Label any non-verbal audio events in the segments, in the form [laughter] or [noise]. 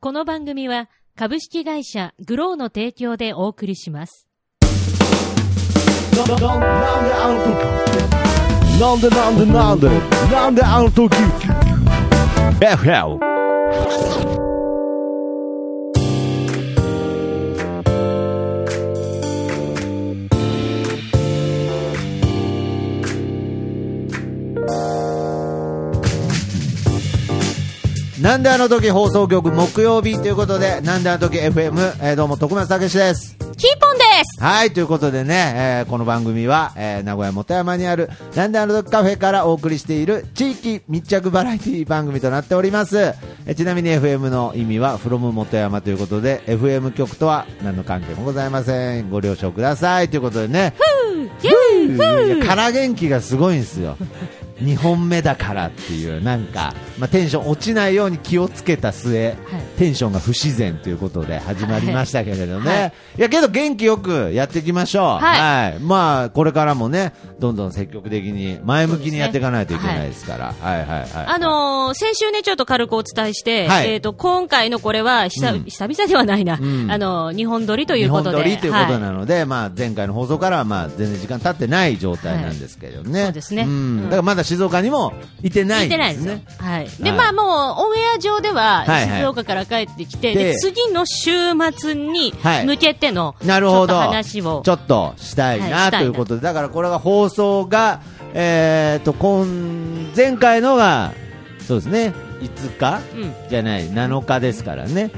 この番組は株式会社グローの提供でお送りします。なんであの時なんでなんでなんでなんであの時 FL なんであの時放送局木曜日ということで、なんであの時 FM、えーどうも徳松武史です。キーポンですはい、ということでね、えーこの番組は、えー名古屋元山にある、なんであの時カフェからお送りしている地域密着バラエティ番組となっております。えーちなみに FM の意味は、from 元山ということで、FM 局とは何の関係もございません。ご了承ください。ということでね、いや空元気がすごいんです [laughs] よ、2本目だからっていう、なんか、まあ、テンション落ちないように気をつけた末、テンションが不自然ということで始まりましたけれどね、はいい、やけど元気よくやっていきましょう、ははいまあ、これからもね、どんどん積極的に前向きにやっていかないといけないですから、はい、はいはいはいあのー、先週ね、ちょっと軽くお伝えして、はいえっ、と、今回のこれは、久々、うん久々ではないな、んあのー、日本撮りということで。日本撮りということはいなので、まあ、前回の放送からはまあ全然時間経ってない状態なんですけどね、はいそうですねんうんだからまだ静岡にもいてない聞いんてでないですすよね。。はい。で、はいまあもう、オンエア上では、はいはい静岡から帰ってきて、でで、次の週末にはい向けての、なるほちょどっと話を。ちょっとしたいはないしたいなということで、だからこれが放送が、えー、と今前回のがそうですね5日うん。じゃない7日ですからね、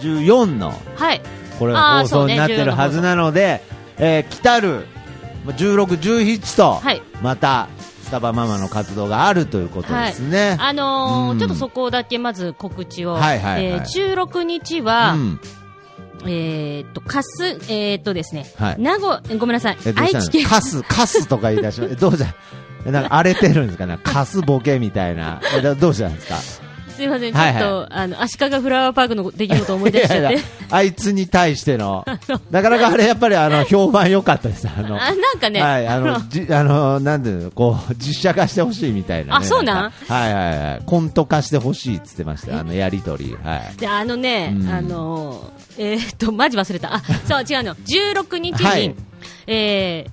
14のはい。これが放送になってるあーはそうねずなので、えー来たるまあ16、17と、はいまたスタバママの活動があるということですね。あのーうんちょっとそこだけまず告知を。はいはいはいえー16日は、うんえーっと、かす、えーっとですね、はい名古えごめんなさいえ、どう愛した知県のカス、カスとか言い出しました。どうじゃ、えなんか荒れてるんですかね。カスボケみたいな。えどどうしたんですか [laughs] すいません、ちょはいっはいと、あの、足利フラワーパークの出来事を思い出しちゃっいてやいや。あいつに対しての、なかなかあれやっぱりあの、評判良かったです。あ [laughs] の、あ、なんかね、はい、ああのの、じあの、なんていうの、こう、実写化してほしいみたいな、あね。そうなんかはいはいはい。コント化してほしいっつってましたよあの、やりとり。はい。であのね、うんあのー、えーっと、マジ忘れ [laughs] た。あ、そう、違うの。16日に、はいえー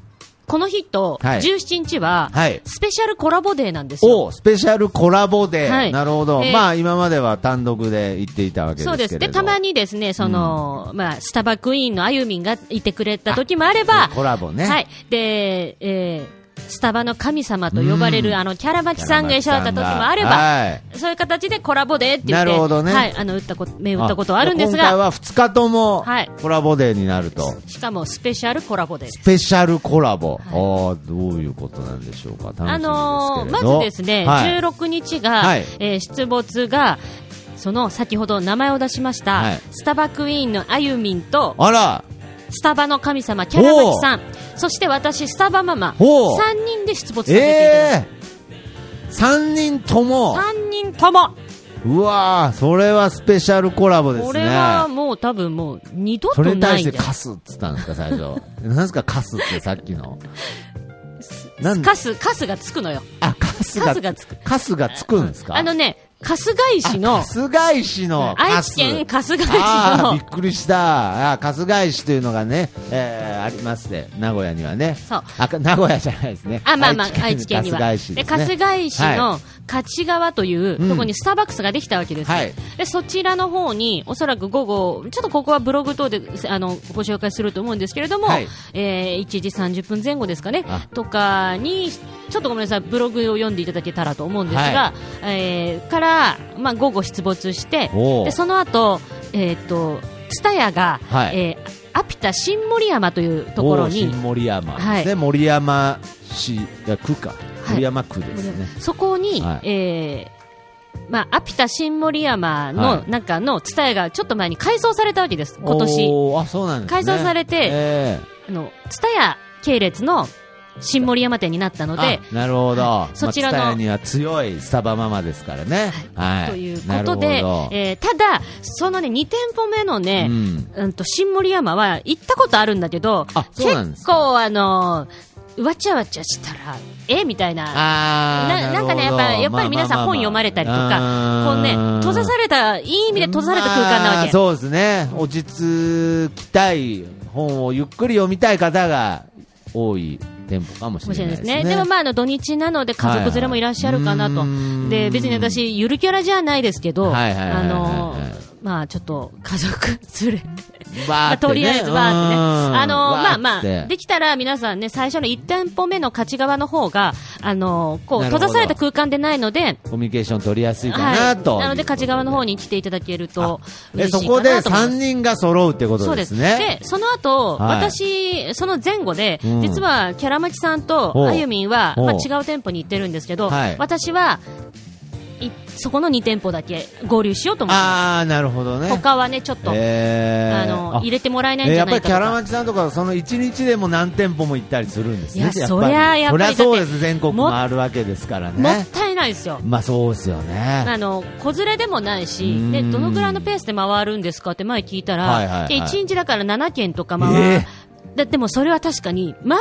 この日とはい17日は、はいスペシャルコラボデーなんですよ。おスペシャルコラボで、はいなるほど、えーまあ今までは単独で行っていたわけですけそうれでどす。で、たまにですね、その、まあ、スタバクイーンのあゆみんがいてくれた時もあれば、コラボねはい。で、えースタバの神様と呼ばれる、うんあの、キャラバキさんが一緒だった時もあれば、はいそういう形でコラボでって言って、なるほどねはい、あの、打ったこと、目打ったことはあるんです今回が、は2日ともはいコラボデーになると、しかもスペシャルコラボで。スペシャルコラボ、あーどういうことなんでしょうか、楽しみですけあれどのーまずですね、はい16日が、はいえー出没が、その先ほど名前を出しました、はいスタバクイーンのあゆみんと、あら、スタバの神様、キャラバキさん、そして私、スタバママ、ほう3人で出没させていただいええー、3人ともた。、3人とも、うわー、それはスペシャルコラボですね。これはもう多分もう二度そとれにな対いしんじてゃないカスっつったんですか、最初。 [laughs] 何すか、カスってさっきの。なんでカス、カスがつくのよ。あ、カスが、カスがつく。カスがつくんですかあのね、春日井市の、春日井市の愛カ知ス県春日井市あーびのっ、くりしたあー春日井市というのがね、えーありますね名古屋にはねそうあか名古屋じゃないですねあ、まあまあ、愛知県には。春日井市です、ね、春日井市はの勝川といううとんころにスターバックスができたわけです、はいで、そちらの方に、おそらく午後、ちょっとここはブログ等であのご紹介すると思うんですけれども、はいえー1時30分前後ですかねあ、とかに、ちょっとごめんなさい、ブログを読んでいただけたらと思うんですが、はえーから、まあ、午後出没して、おーでその後、えっ、と、ツタヤが、はいえーアピタ新森山というところにおー、新森山ですね、はい森山市いや区か、森山区ですねそこに、はいえーまあ、アピタ新森山はの中の蔦屋がちょっと前に改装されたわけです、今年。おーあそうなんですね改造されてえあの、蔦屋系列の新森山店になったのーで、あなるほど、はいそちらのまあ蔦屋には強いスタバママですからね、はいということで、なるほどえーただ、そのね、2店舗目のね、ううんんと新森山は行ったことあるんだけどあそうなんで結すか構、あのーわちゃわちゃしたらえみたいなあーななんかねやっぱやっぱり皆さん本読まれたりとかこうね閉ざされたいい意味で閉ざされた空間なわまあけそうですね落ち着きたい本をゆっくり読みたい方が多い店舗かもしもれしれないないですですねね。でもまあ、あの、土日なので家族連れもいらっしゃるかなとはいはいう。んで、別に私、ゆるキャラじゃないですけど、はいはいはいはいあはいの、まあ、ちょっと、家族連れ。バまーあ、ってとねりあえず、バーってね。うんあの、まあまバーっあ、てできたら皆さんね、最初の1店舗目の勝ち側の方が、あの、こう、なるほ閉どざされた空間でないので、コミュニケーション取りやすいかはなと、い。なので、勝ち側の方に来ていただけるとえ嬉しそいかこでなと思います。 3人が揃うってことですね。で、その後、はい私、その前後で、うん実は、キャラマチさんおうと、あゆみんは、おうまあ、違う店舗に行ってるんですけど、はい私は、いそこの2店舗だけ合流しようと思ってまああ、なるほどね。す。他はね、ちょっと、えーあの、入れてもらえないんえじやゃっなぱいりかキとャかラマチさんとかはその1日でも何店舗も行ったりするんですねいやそりゃやっぱりそりゃそうだでってす全国も回るわけですからもねったいないですよ。まあそうですよねあの子連れでもないしうん、でどのぐらいのペースで回るんですかって前聞いたら、はいはいはいで1日だから7件とか回る、ええだでもそれは確かに、回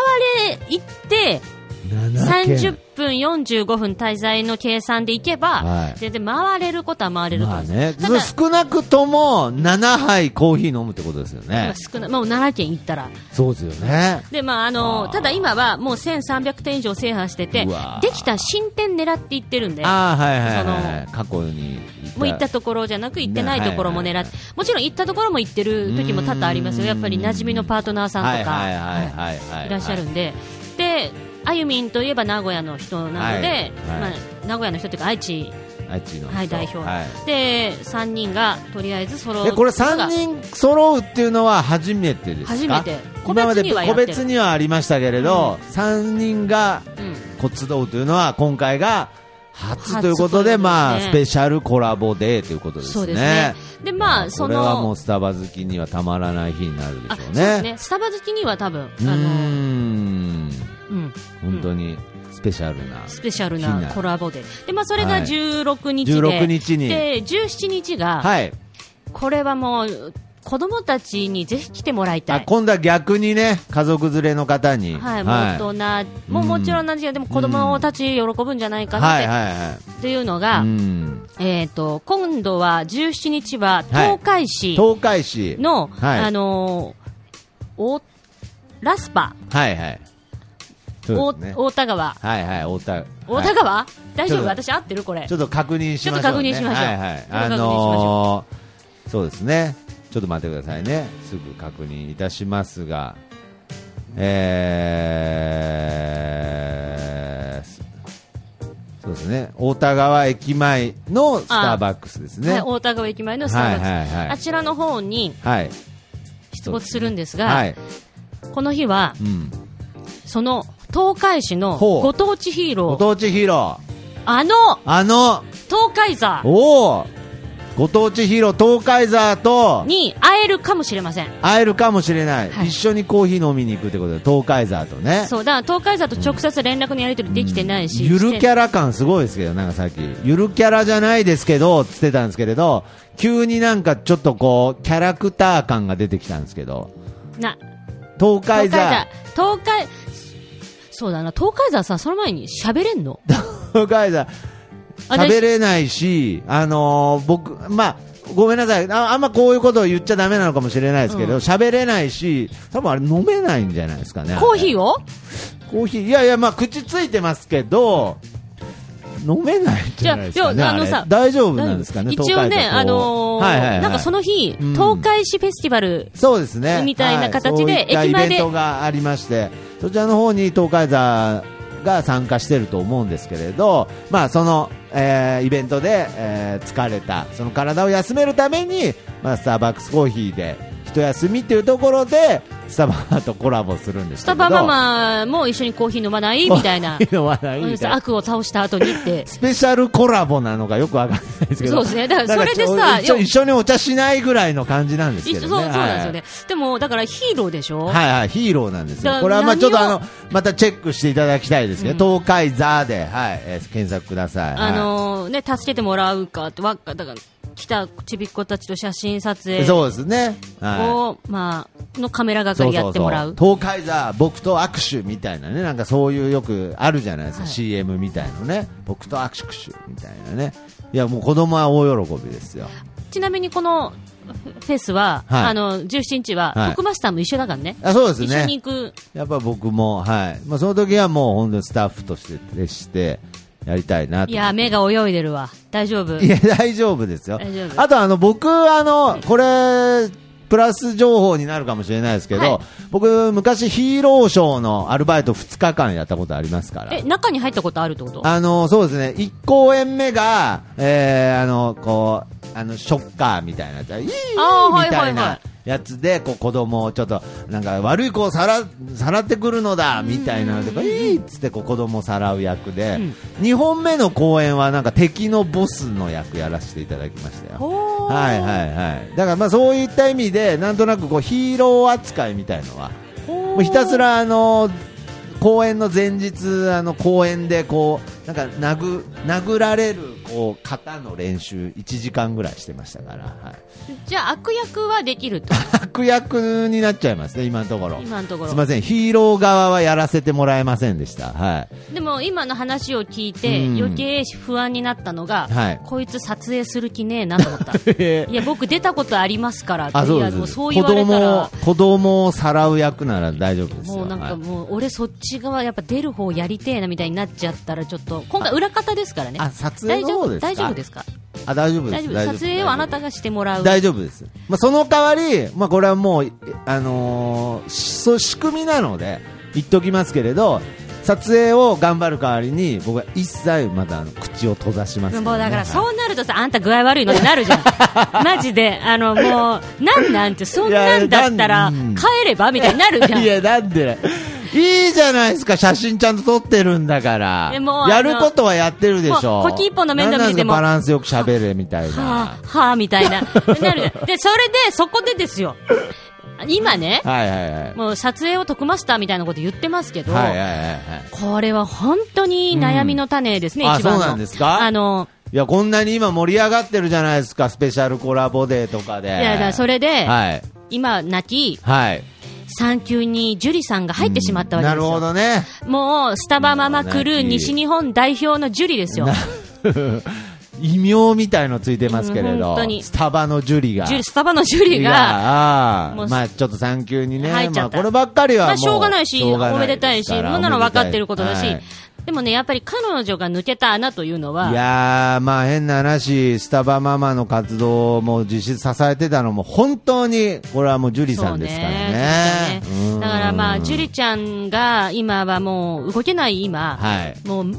れ行って、 7件30分45分滞在の計算でいけば、はい全然回れることは回れるとま思あうんねですただ少なくとも7杯コーヒー飲むってことですよまあね少ないもう7軒行ったら。そうですよねでまあ、あのあーただ今はもう1300点以上制覇しててうわーできた新店狙っていってるんでああはいはいはいはい過去にもう行ったところじゃなく行ってないところも狙って、はいはいもちろん行ったところも行ってる時も多々ありますよやっぱり馴染みのパートナーさんとか、はいはいはいはいはいいらっしゃるんで、であゆみんといえば名古屋の人なので、はいまはあい、名古屋の人というか愛知愛知の人はい、代表、はいで3人がとりあえず揃うえこれのが3人揃うっていうのは初めてですか初めて個今ま別でにはや個ってる別にはありましたけれど、3人がうんこう集うというのは今回が初初とといいううここととで、ですねまあ、スペシャルコラボデーということですね。そうですねでまいやあそこれはものうスタバ好きにはたまらない日になるでしょあうそうでね。すねスタバ好きには多分うーあの、ん、うん、本当にスペシャルな。スペシャル気にななるコラボでで、まあ、それはがい16日で、 16日にで17日が、はい。これはもう子供たちにぜひ来てもらいたあ、い。今度は逆にね、家族連れの方に。はい、もうは大い。人、うんもうもちろんなんですけど、でも子供たち喜ぶんじゃないかなっはて,、い、はい、はいうのが、い。うん。えっ、と、今度は17日ははい東海市、東海市。の、はいあのーおラスパ、はい、はい。そおうですね太田川、はい、はい、太田。太田川、大丈ちょっ夫、と私、合ってる、これちょ、っと確認しましょちう、ね。ょっと確認しましょうはいはい。ちょっとあ確認しましょうのーそうですね。ちょっと待ってくださいね。すぐ確認いたしますが、えーすそうですね。太田川駅前のスターバックスですはい、ね。太田川駅前のスターバックス、はいはいはいあちらの方にはい。出没するんですが、はい。この日は、うん。その東海市のほうご当地ヒーロごー、当地ヒーロー。あのあの、東海座おおご当地ヒーロー、東海ザーとに会えるかもしれません。会えるかもしれない。はい一緒にコーヒー飲みに行くってことで、東海ザーとね。そうだから東海座と直接連絡のやり取りできてないし、ゆるキャャラ感すごいですけど、なんかさっき、ゆるキャラじゃないですけど、つってたんですけれど、急になんかちょっとこう、キャラクター感が出てきたんですけど、な東東海海座座、東海そうだな東海座さその前に喋れんの東海座、私喋れないし、あのー僕、まあ、ごめんなさいあ、あんまこういうことを言っちゃだめなのかもしれないですけうど、ん喋、れないし、多分あれ飲めないんじゃないですかね。コーヒーをーコーヒー、いやいや、まあ、口ついてますけど、飲めないんじゃないですかね。じゃああのれさ大丈夫なんですかね、一応東海ね座こうあのーはいはいはいなんかその日、うん東海市フェスティバルそうですね。みたいな形ではいそういった駅前でイベントがありまして、そちらの方に東海座が参加してると思うんですけれど、まあその、えーイベントで、えー疲れた、その体を休めるために、まあスターバックスコーヒーで一休みっていうところで、スタバとコラボするんですスけれタど。バママも一緒にコーヒー飲まないみたいなコーヒー飲ま [laughs] ないみたいな悪を倒した後に [laughs] ってスペシャルコラボなのかよくわかんないですけそど。うですねだからなんそれでさちょ一緒よ一緒にお茶しないぐらいの感じなんですけ一ど緒ね。そうそうなんですよはいね、でもだからヒーローでしょ、はいはい、ヒーローなんですよだか。らこれはまあ何ちょをっとあの、またチェックしていただきたいですね。東海ザーで、はい、えー検索ください。あのーね、助けてもらうかってわっかだから来たちびっ子たちと写真撮はい影そうですね。はを、まあ、のカメラ係やってもらうそうそうそう東海座、僕と握手みたいなね、なんかそういうよくあるじゃないですか、はい CM みたいのね、僕と握手みたいなね、いやもう子供は大喜びですよ、ちなみにこのフェスは、はいあの17日は、はいトクマスターも一緒だからねあそうです一緒にね、行くやっぱ僕も、はいまあ、その時はもう本当にスタッフとして徹して、やりたいなといや目が泳いでるわ大丈夫いや、大丈夫ですよ大丈。夫あと、あの、僕、あの、これ、プラス情報になるかもしれないですけど、はい僕、昔、ヒーローショーのアルバイト2日間やったことありますから。え中に入ったことあるってことあの、そうですね、1公演目が、えー、あの、こう、あの、ショッカーみたいなやつ、いいみあーはいたはいいなはやつで、こう、子供をちょっと、なんか、悪い子をさら、さらってくるのだ、みたいなので、こういいっつって、こう、子供をさらう役で、2本目の公演は、なんか、敵のボスの役やらせていただきましたよ。おーはいはいはい。だから、まあ、そういった意味で、なんとなく、こう、ヒーロー扱いみたいのは、もうひたすらあの公演の前日あの公演でこうなんか殴殴られるこう方の練習1時間ぐらいしてましたから、はい、じゃあ悪役はできる [laughs] と悪役になっちゃいますね今のところ今のとこすいまろせんヒーロー側はやらせてもらえませんでした [laughs] はでも今の話を聞いてうん余計不安になったのが、はいこいつ撮影する気ねえなと思 [laughs] ったいいや僕出たことありますからってあそういでやすもうそう子言われた供をら子供をさらう役なら大丈夫ですよもうなんかはいもう俺そっち側やっぱ出る方やりてえなみたいになっちゃったらちょっと今回裏方ですからねあ撮大影の丈方夫ですか大丈夫ですかあ大丈夫で大す丈夫撮影をあなたがしてもらう大丈夫です、まあ、その代わり、まあ、これはもう、えあのーしそう仕組みなので言っときますけれど撮影を頑張る代わりに僕は一切まだあの口を閉ざしますもうだからうそうなるとさあんた具合悪いのになるじゃ [laughs] んマジであのもうなんなんてそんなんだったらいやなん帰ればみたいになるじゃんいやなんでいいじゃないですか写真ちゃんと撮ってるんだからでもやることはやってるでしょもうこっち一本の面倒見ててもなんなんですかバランスよく喋れみたいはなあ、はあ、みたいな。なるじゃんで、それで、そこでですよ。今ね、はいはいはいはいもう撮影を特マスターみたいなこと言ってますけど、はいはいはいこれは本当に悩みの種ですね、うん一番の。あそうなんですかあの、いやこんなに今盛り上がってるじゃないですかスペシャルコラボデーとかでいいや、だからそれで、はい今、泣き、はい産休にジュリさんが入ってしまったわけですなよ。るほど [laughs] ね。もう、スタバママ来もうる泣き西日本代表のジュリですよ。異名みたいのついてますけれうんど本当、にスタバのジュリが。ジュリ、スタバのジュリが、があもあうまあちょっと産休にね、入っちまゃあったこればっかりまはもあ、うしょうがないし、ょうおがなめでたいし、ですそんからなの分かってることだし、はいでもね、やっぱり彼女が抜けた穴というのは、いやー、まあ変な話、スタバママの活動も実質支えてたのも本当に、これはもうジュリさんですからね。そうねだからまあ、ジュリちゃんが今はもう動けない今、はい。もう、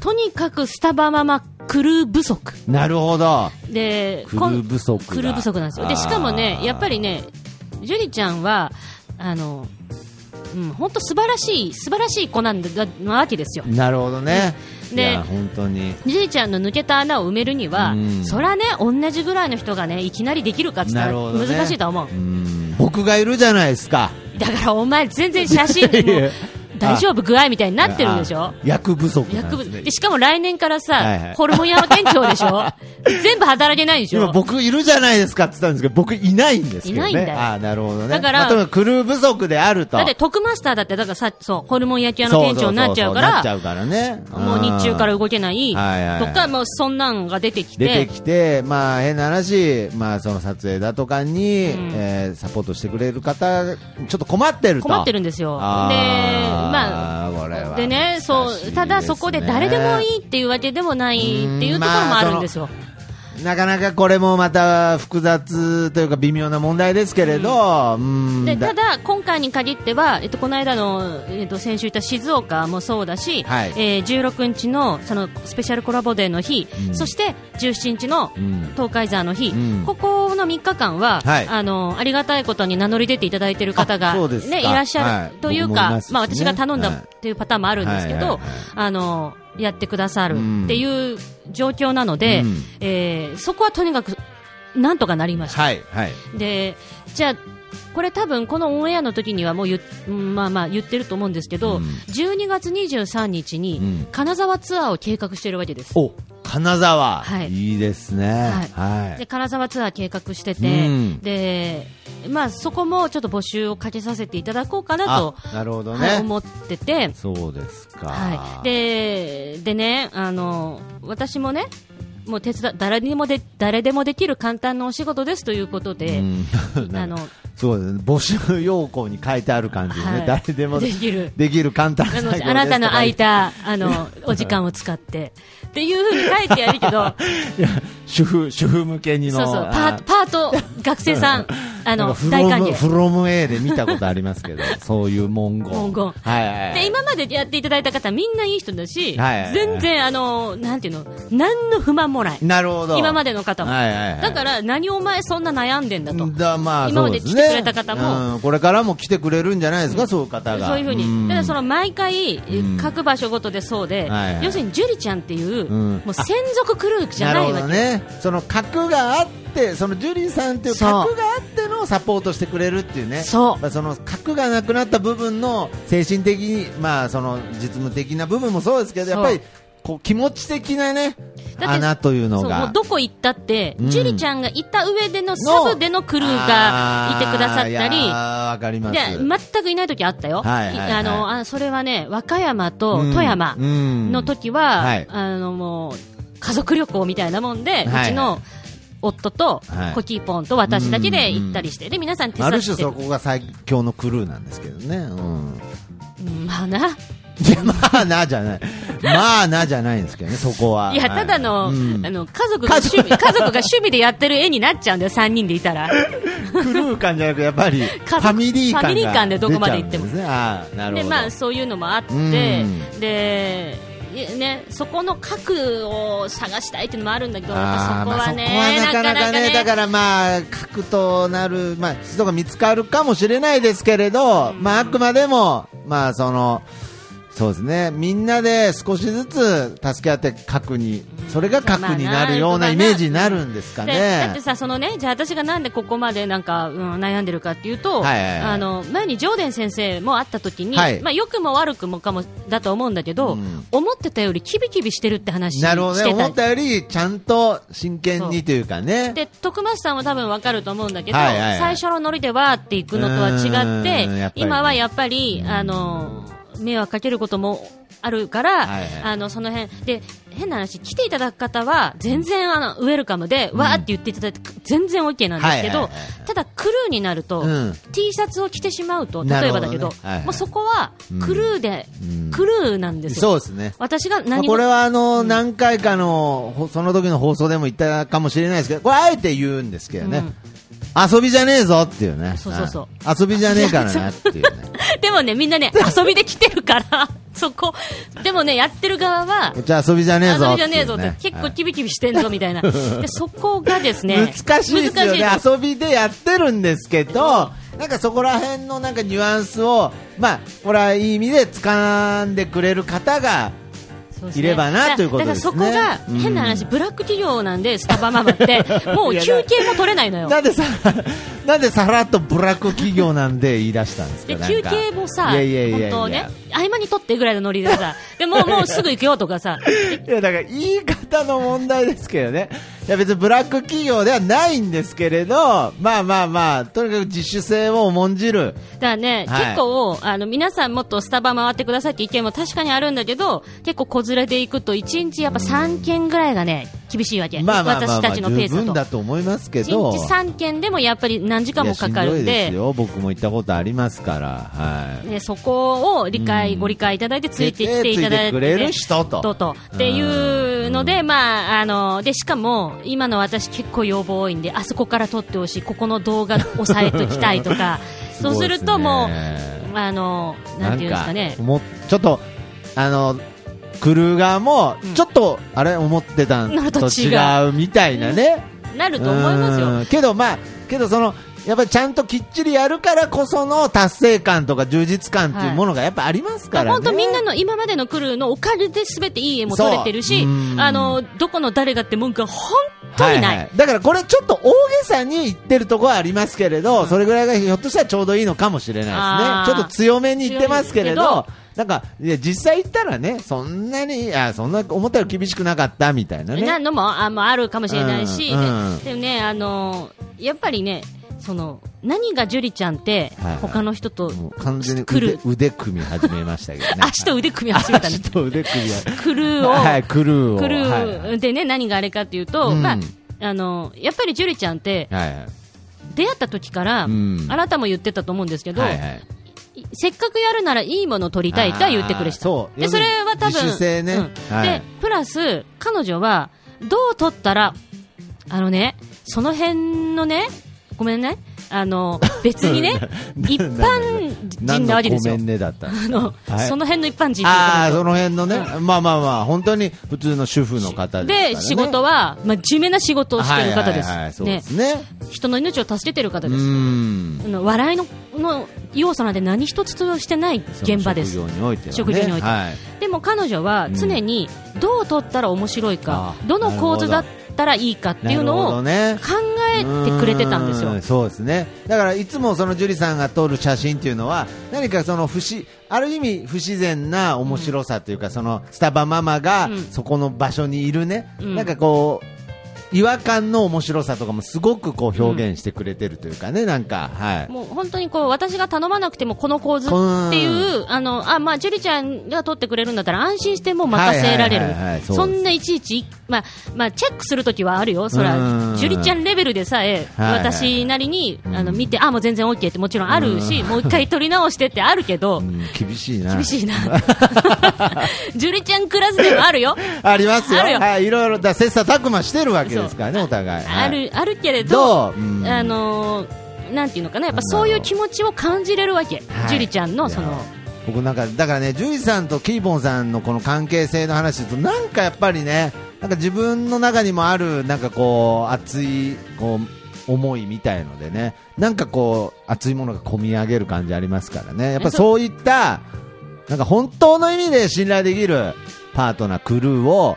とにかくスタバママクルー不足。なるほど。で、クルー不こ足だ。んクルー不足なんですよ。で、しかもあね、ーやっぱりね、ジュリちゃんは、あの、うん、本当素晴らしい、素晴らしい子なんだ、なわけですよ。なるほどね。いでや、本当に。ジュリちゃんの抜けた穴を埋めるには、うんそらね、同じぐらいの人がね、いきなりできるかって言ったならるほど、ね、難しいとは思う。ん僕がいるじゃないですかだからお前全然写真でいやいやも大丈夫具合みたいになってるでしあょ役不足なん薬です、物ねで、しかも来年からさ、はいはいホルモン屋の店長でしょ全部働けないでし今ょ僕いるじゃないですかって言ったんですけど僕いないんですけどねいないんだよああなるほどねだからまあとにかくクルー不足であるとだって特マスターだってだからさそうホルモン焼き屋の店長になっちゃうからそうそうそうそうなっちゃうからねもう日中からうん動けないはいはいはいとかもうそんなんが出てきて出てきて、まあ、変な話、まあ、その撮影だとかに、えーサポートしてくれる方、ちょっと困ってると。困ってるんですよでまああー、これはでね難そしいですうねただそこで誰でもいいっていうわけでもないっていうところもあるんですよ、なかなかこれもまた複雑というか微妙な問題ですけれど、うんでだただ、今回に限っては、えっと、この間の、えっと、先週言った静岡もそうだし、はいえー16日のそのスペシャルコラボデーの日、そして17日のん東海座の日、うんここの3日間は、はいあのありがたいことに名乗り出ていただいている方あが、そうですかね、いらっしゃる、はいという僕もいかますしねまあ、私が頼んだはいっていうパターンもあるんですけど、はいはいはいあのやってくださるうんっていう状況なので、うんえーそこはとにかくなんとかなりました。はい、はい。でじゃあこれ多分このオンエアの時にはもう言,、うんまあ、まあ言ってると思うんですけど、うん12月23日うんに金沢ツアーを計画してるわけです、お、金沢、はいいですね、はいで金沢ツアー計画してて、うんでまあ、そこもちょっと募集をかけさせていただこうかなあと、なるほどね、はい、思ってて、そうですか、はい、ででねあの、私もね、もう手伝誰にもで誰でもできる簡単なお仕事ですということで、うん [laughs] あのそうですね募集要項に書いてある感じでね、はい誰でもできるできる簡単なあ作の業ですとかあなたの空いたあのお時間を使ってっていうふうに書いてやるけ [laughs] ど、いや主婦主婦向けにそのうそうパあーパート、学生さ [laughs] ん、あなんかのフ大ロ歓ム迎。フロム A で見たことありますけどそういう文言文言はいはいはいで今までやっていただいた方、みんないい人だし、はいはいはい全然、あのなんていうの、何の不満もない、なるほど今までの方も、はいはいはいだから、何お前、そんな悩んでんだと、だまあ今までそうすね来てくれた方もうんこれからも来てくれるんじゃないですか、そういう方がそういうふううんに、ただその毎回ん、各場所ごとでそうではいはい、要するにジュリちゃんっていう、うんもう専属クルーじゃないなるわほどけ、ねその格があってそのジュリーさんっていうそう格があってのサポートしてくれるっていうねそうまあその格がなくなった部分の精神的にまあその実務的な部分もそうですけどやそっうぱりこう気持ち的なねって穴というのそうもがうどこ行ったってうん、ジュリちゃんがいた上でのサブでのクルーがいてくださったあーいりや。ーわかりますで全くいない時あったよ、はいはいはいあのあそれはね和歌山とうん富山うんの時は、はいあのもう家族旅行みたいなもんで、いはいうちの夫と、はいコキーポンと私だけで行ったりして、で皆さん手伝あってる種そこが最強のクルーなんですけど [laughs] ね、うん、うんまあな、いやまあなじゃないまあなじゃないんですけどねそこはいや、ただの、うんあの、家族が趣味、家族が趣味でやってる絵になっちゃうんだよ、3人でいたら。クルー感じゃなくてやっ [laughs] ぱりフ族ァミリー感がファミリー感でどこまで行っても出ちゃうんですねああなるほで、どまあ、そういうのもあって、うんで、いね、そこの核を探したいっていうのもあるんだけど、やあっーまぱあそこはね、そこはなかなかねだからまあ核となる、まあ、人が見つかるかもしれないですけれど、まああくまでもまあそのそうですねみんなで少しずつ助け合って核にそれが核になるようなイメージになるんですかでだってね。さそのねじゃあ私がなんでここまでなんか、うん、悩んでるかっていうと、はいはいはいあの前にジョーデン先生も会った時に、はいまあ良くも悪くもかもだと思うんだけど、うん思ってたよりキビキビしてるって話してなたるほどね思ったよりちゃんと真剣にというかね。で徳松さんは多分わかると思うんだけど、はいはいはい最初のノリでわーっていくのとは違って、うんやっぱりね今はやっぱりあの迷惑かけることもあるから、はいはいあのその辺で変な話来ていただく方は全然あのウェルカムで、わーって言っていただいて全然 OK なんですけど、はいはいはいはいただクルーになると、うん T シャツを着てしまうとな例るえほばどだねけどはいはいもうそこはクルーで、うんクルーなんですよ。そうですね。私がまあ何もこれはあの何回かのほその時の放送でも言ったかもしれないですけどこれあえて言うんですけどね、うん遊びじゃねえぞっていうねそうそうそうはい遊びじゃねえから [laughs] なっていうねでもね、みん [laughs] なね、遊びで来てるから、 [laughs] そこ、でもね、やってる側は、じ [laughs] ゃあ遊びじゃねえぞ遊っびじていゃう、ねえぞって、結構キビキビしてんぞみ [laughs] たいな、でそこがですね、難しいですよね難し遊びでやってるんですけどなんかそこら辺のなんかニュアンスをまあこれはいい意味で掴んでくれる方がそうですねいればなということですねだからそこが、変な話、ブラック企業なんで、スタバママ [laughs] って、もう休憩も取れないのよ。なんでさなんでさらっとブラック企業なんで言い出したんですかでなん休か憩もさ、いやいやいやいや本当ね、合間に取ってぐらいのノリでさ、でもうもうすぐ行くよとかさ、いやだから言い方の問題ですけどね、いや別にブラック企業ではないんですけれど、まあまあまあ、とにかく自主性を重んじる、だからね、はい結構あの皆さんもっとスタバ回ってくださいって意見も確かにあるんだけど結構子連れで行くと1日やっぱ3件ぐらいがね厳しいわけ、まあまあまあ、私たまあちのペー十ス分だだとと思いますけど、 1日3件でもやっぱり何時間もかかいるやしんどいんですで。よ、僕も行ったことありますから、はい、ね、そこを理解、うんご理解いただいてついてきていただいて,、ついてくれる人ととっていうので、まあ、あのでしかも今の私結構要望多いんであそこから撮ってほしいここの動画押さえときたいと [laughs] かそうするともうすごいですねあのなんていうんですかねもうちょっとあのクルー側もうんちょっと、あれ思ってたんのとと違違うみたいなね。な [laughs] ると思いますよう。んけどまあけどそのやっぱりちゃんときっちりやるからこその達成感とか充実感っていうものがやっぱありますからね。本当みんなの今までのクルーのおかげで全ていい絵も撮れてるしそううんあのどこの誰がって文句は本当にない。はいはいだからこれちょっと大げさに言ってるところはありますけれど、それぐらいがひょっとしたらちょうどいいのかもしれなあいですーね。ちょっと強めに言ってますけれ強めどで、なんか、いや、実際言ったらね、そんなに、あそんな思ったより厳しくなかったみたいなね。なのもあもうあるかもしれないし、うんうんででもねあのやっぱりねその何がジュリちゃんってはいはい他の人ともう完全に来腕る。腕組み始めましたけどね [laughs] 足と腕組み始めた [laughs] ね足と腕組みはクルーを、 [laughs] はい、クルーを。クルはいーでね何があれかっていうと、うんまああのやっぱりジュリちゃんってはいはい。出会った時から、うんあなたも言ってたと思うんですけど、はいはいいせっかくやるならいいものを取りたいとは言ってくれてたあーそうでそれは多分自主性ねうんはいでプラス彼女はどう取ったらあのねその辺のねごめんねあの別に [laughs] ね一般人なわけですよ何のごめんねだったんで [laughs] すあのはいその辺の一般人ああ、その辺のね、まあまあまあ、本当に普通の主婦の方ですから、ね。で仕事は、まあ、地味な仕事をしてる方です,、はいはいはいそうですね。ね、人の命を助けてる方うですん。あの笑いのの要素なんて何一つとしてない現場ですその職業においては、ね。職業においてはい。でも彼女は常にどう撮ったら面白いか、あどの構図だったらいいかっていうなるのほをど考ねえてくれてたんですうよ。そうですね。だからいつもそのジュリさんが撮る写真っていうのは、何かその不思ある意味不自然な面白さというか、そのスタバママがうんそこの場所にいるね、うんなんかこう、違和感の面白さとかもすごくこう表現してくれてるというかね、なんか、はい。もう本当にこう私が頼まなくてもこの構図っていう、あのあまあ、ジュリちゃんが撮ってくれるんだったら安心してもう任せられはいはいはいはいる、そうですそんないちいち、まあまあ、チェックするときはあるよ、それうはんジュリちゃんレベルでさえ、はいはい私なりにあの見て、あもう全然 OK ってもちろんあるし、もう一回撮り直してってあるけど [laughs] う。ん、厳しいな。厳しいな [laughs] ジュリちゃんクラスでもあるよありますよ。あるよはい、いろいろ、だ切磋琢磨してるわけですからね、お互い。あはいるあるけれどど、ううんあのーなんていうのかな、やっぱそういう気持ちを感じれるわけ、はいジュリちゃんのそいやの。僕なんか、だからね、ジュリさんとキーボンさんのこの関係性の話すると、なんかやっぱりね、なんか自分の中にもある、なんかこう、熱い、こう、思いみたいのでね、なんかこう、熱いものが込み上げる感じありますからね。やっぱそういった、なんか本当の意味で信頼できるパートナー、クルーを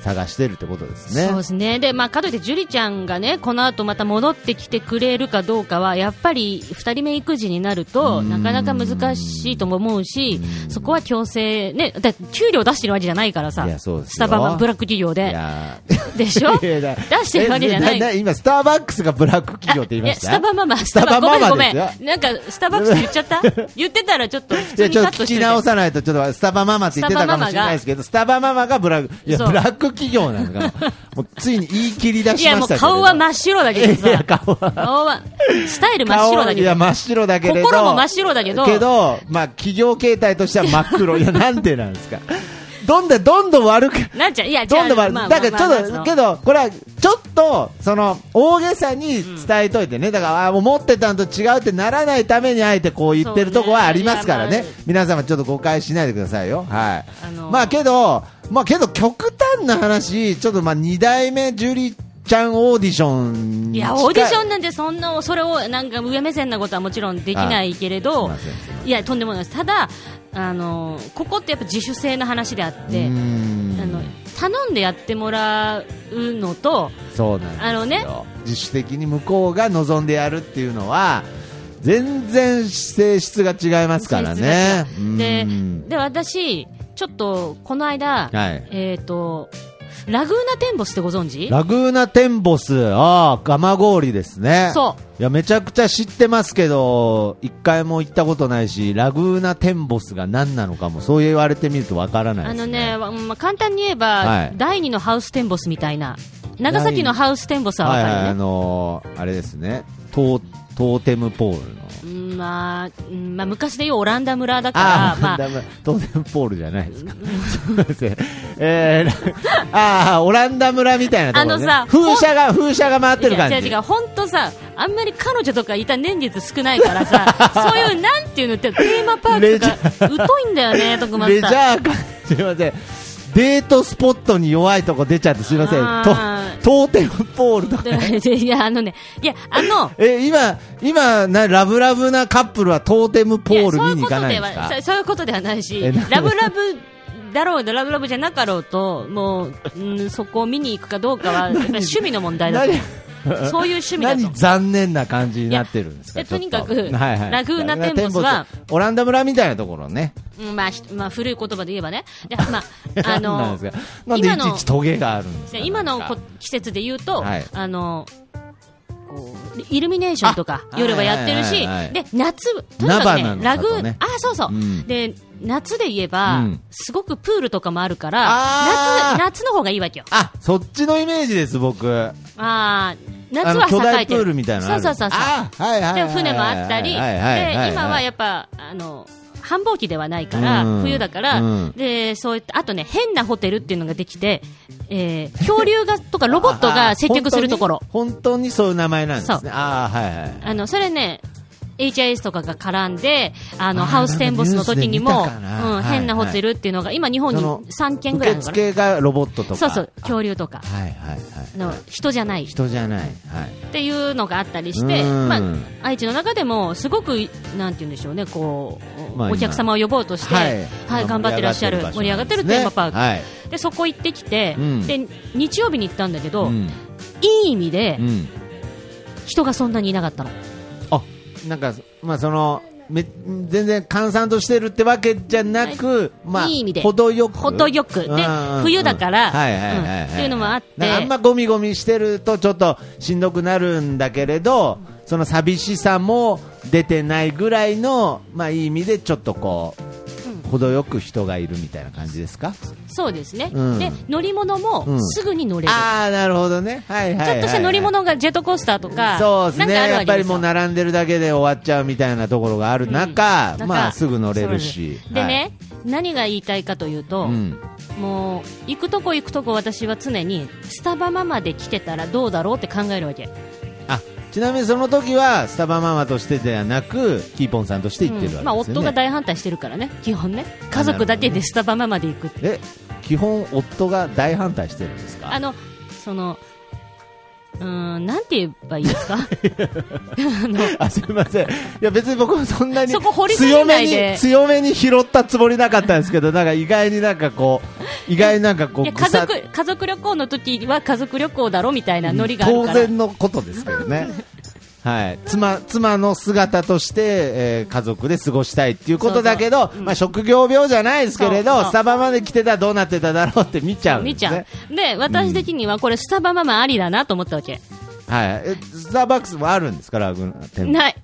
探してるってことですね。そうですねで、まあ、かといってジュリちゃんがねこの後また戻ってきてくれるかどうかはやっぱり2人目育児になるとなかなか難しいとも思うしそこは強制、ね、だって給料出してるわけじゃないからさいやそうですよスタバはブラック企業いでやーでしょ [laughs] いや出だしてるわけじゃな [laughs] えい今、スターバックスがブラック企業って言いましたあやスタバママ、スタバママごめん、ごでめすん。なんか、スタバックス言っちゃった [laughs] 言ってたらちょっと、普い通やにちカょっッとト聞してきて直さないと、ちょっとスタバママって言ってたかもしれないですけど、スタバママがブラック、いや、そうブラック企業なんだから、もうついに言い切り出いしや、まもしうたけれど [laughs] 顔は真っ白だけどいやさ。顔は顔は、スタイル真っ白だけいや、ど。真っ白だけれど。心も真っ白だ [laughs] けどけど、まあ、企業形態としては真っ黒。いや、なんでなんですか。どんどんどんどん悪く、なんちゃ、いや、じゃどあんどん悪く、まあだからまあちょっまあと、けど、これは、ちょっと、その、大げさに伝えといてね。だから、あー思ってたんと違うってならないために、あえてこう言ってるとこはありますからそうねねいやま。皆様、ちょっと誤解しないでくださいよ。はい。あのーまあ、けど、まあ、けど、極端な話、ちょっと、まあ、二代目ジュリちゃんオーディションにい近い。や、オーディションなんてそんな、それを、なんか上目線なことはもちろんできないけれどあすいませんすいま、いや、とんでもないです。ただ、あの、ここってやっぱ自主性の話であってう、んあの、頼んでやってもらうのと、そうなんですよあのね自主的に向こうが望んでやるっていうのは全然性質が違いますからね性質が違ううんでで私、ちょっとこの間、はいえっ、と、ラグーナテンボスってご存知ラグーナテンボスああ蒲郡ですねそうやめちゃくちゃ知ってますけど一回も行ったことないしラグーナテンボスが何なのかもそう言われてみるとわからないあでのすね、ねわまあ、簡単に言えば、はい第二のハウステンボスみたいな、長崎のハウステンボスはわはいかはいるね。あのーあれですねトートーテムポールのうんまあ、うんまあ、昔で言うオランダ村だから、 [laughs] ああ、まあだ、ま当然ポールじゃないですか。 [laughs] すみません。えー、ああ、オランダ村みたいなところ、ね。あのさ風車が、風車が回ってる感いじ。や違う違う、本当さ、あんまり彼女とかいた年月少ないから [laughs] さ、そういう、なんていうのって、テーマパークとか、疎いんだよね、徳レ松ジさん。ャー感、すみません。デートスポットに弱いとこ出ちゃってすみませあん。ーと、トーテムポールとか。いや、あのね、いや、あの、え、今、今、な、ラブラブなカップルはトーテムポール見に行かないんですいかやそういうことではそうそういうことではないしえなんでラブラブ [laughs] だろうとラブラブじゃなかろうともう、うん、そこを見に行くかどうかはやっぱり趣味の問題だと [laughs] 何そういう趣味だ何と残念な感じになってるんですかいやちょっとにかくはいはいラグーナテンボスはラグーナテンボスオランダ村みたいなところねうんまあひまあ、古い言葉で言えばねで [laughs] まああなんのですかなんでい今のちいちトゲがあるんですかで今のなんこか季節で言うと、はいあのこうイルミネーションとかあ夜はやってるはいし、はいはいで夏、とにかく菜花ね、のラグ里ーねあそうそう、うんで夏で言えば、うんすごくプールとかもあるからあー夏、夏の方がいいわけよ、あそっちのイメージです僕ああー夏のは巨栄大えプてーるルみたいなのあるそうそうそうそうあはいはいはいではい船もあったり、でいいいいい今はやっぱあの繁忙期ではないから、うん冬だから、うんでそういったあとね、変なホテルっていうのができて、えー恐竜がとかロボットあがあ接客するところ、本当に本当にそういう名前なんですそねああはいはいあのそれね、HIS とかが絡んで、あのあーハウステンボスの時になんも、かニュースで見たかなうん、はい変なホテルっていうのが、今、日本にその3軒ぐらいある受のかな、付がロボットとかそうそう、恐竜とか、はいはいはいの人じゃない人じゃないはいっていうのがあったりして、うんまあ、愛知の中でもすごくなんて言うんでしょうねこう、まあお客様を呼ぼうとして、はい頑張ってらっしゃる盛り上がってるテーマパーク、はいでそこ行ってきて、うんで日曜日に行ったんだけど、うんいい意味でうん人がそんなにいなかったの、あなんか、まあ、そのめ全然閑散としてるってわけじゃなく、まあ、いい意味で程よく程よくでうん冬だからうんはいはいはいうんはいっていうのもあってなんかあんまゴミゴミしてるとちょっとしんどくなるんだけれどその寂しさも出てないぐらいの、まあ、いい意味でちょっとこう、程よく人がいるみたいな感じですかそうですね、うんで乗り物うもんすぐに乗れる、ああなるほどね、はいはいはちいょっとした乗り物がジェットコースターとか、そうですなねんかあるやわっけぱでりすもうよ並んでるだけで終わっちゃうみたいなところがある中、なんかまあ、すぐ乗れるしそうなんですでね、、何が言いたいかというと、はいうんもう行くとこ行くとこ私は常にスタバママで来てたらどうだろうって考えるわけ、あちなみにその時はスタバママとしてではなくキーポンさんとして行ってるわけですよね、うんまあ、夫が大反対してるからね基本ね家族だけでスタバママで行くってえ基本夫が大反対してるんですかあのそのうーんなんて言えばいいです [laughs] か [laughs] あすみませんいや別に僕もそんなにそこ掘り下げな強めいでに強めに拾ったつもりなかったんですけどなんか意外になんかこう意外になんかこいうや家草族家族旅行の時は家族旅行だろみたいなノリがある当から、然のことですけどね。はい、妻妻の姿として、えー家族で過ごしたいっていうことだけそどうそううんまあ、職業病じゃないですけれどそうそうスタバまで来てたらどうなってただろうって見ちゃうん見です、ちゃね、うで私的にはこれスタバママありだなと思ったわけ、はい、えスターバックスもあるんですから、グ店舗 [laughs] ない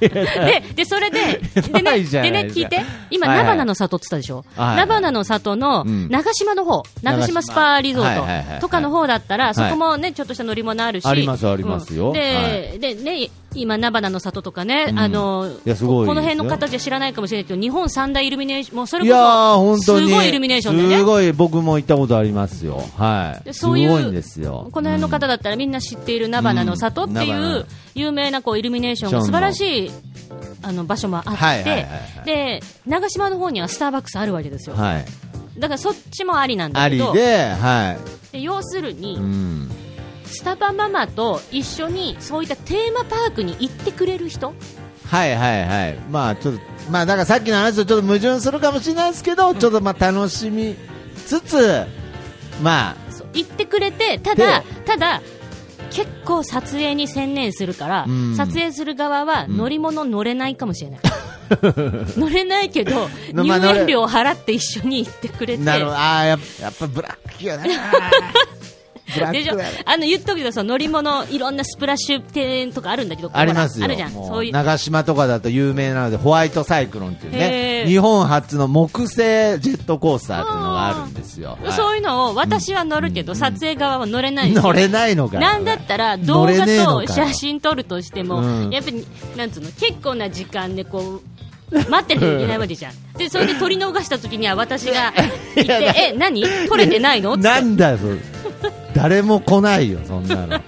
ででそれで、でなねいじゃでないねですか聞いて、今、はいはい菜花の里って言ったでしょ、はい菜花の里のうん長島の方、長島スパリゾはいはいはいーはいトとかの方だったら、いそこもね、ちょっとした乗り物あるし、ありますありますようんで,、はでね、今、菜花の里とかね、うんあのいやすごいですよこの辺の方じゃ知らないかもしれないけど、日本三大イルミネーション、もうそれいやーこ本そ、当にすごいイルミネーションですね。ごい僕も行ったことありますよ、はい、でそういうすごいんですよ、この辺の方だったらみんな知っている菜花の里っていうん菜花う有名なこうイルミネーションが素晴らしいあの場所もあって、はいはいはいはいで長島の方にはスターバックスあるわけですうよ、んはい、だからそっちもありなんあだけりどで、はで要するに、いうん、スタバママと一緒にそういったテーマパークに行ってくれる人はいはいはい、まあちょっと、まあだからさっきの話とちょっと矛盾するかもしれないですけど、ちょっとまあ楽しみつつ、まあ、そう行ってくれてただでただ結構撮影に専念するから、うん撮影する側は乗り物乗れないかもしれ [laughs] ない、乗れないけどまあ入乗れ園料払って一緒に行ってくれてなるほど、ああ、やっぱやっぱブラックよね。ブラでしッょクだねあの言っとくけどその乗り物いろんなスプラッシュ店とかあるんだけどありますよ。ほらあるじゃんもそういう長島とかだと有名なので、ホワイトサイクロンっていうへね、ー日本初の木製ジェットコースターっていうのがあるんですよ。はいそういうのを私は乗るけど、撮影側は乗れないんですよ乗れないのかなんだったら動乗れ画ねえのかと写真撮るとしても、うんやっぱりなんつうの結構な時間でこう待ってるといけないわけじゃん。でそれで撮り逃した時には私 [laughs] が行ってえ何撮れてないのってなんだよ、それ誰も来ないよ、そんなの。っ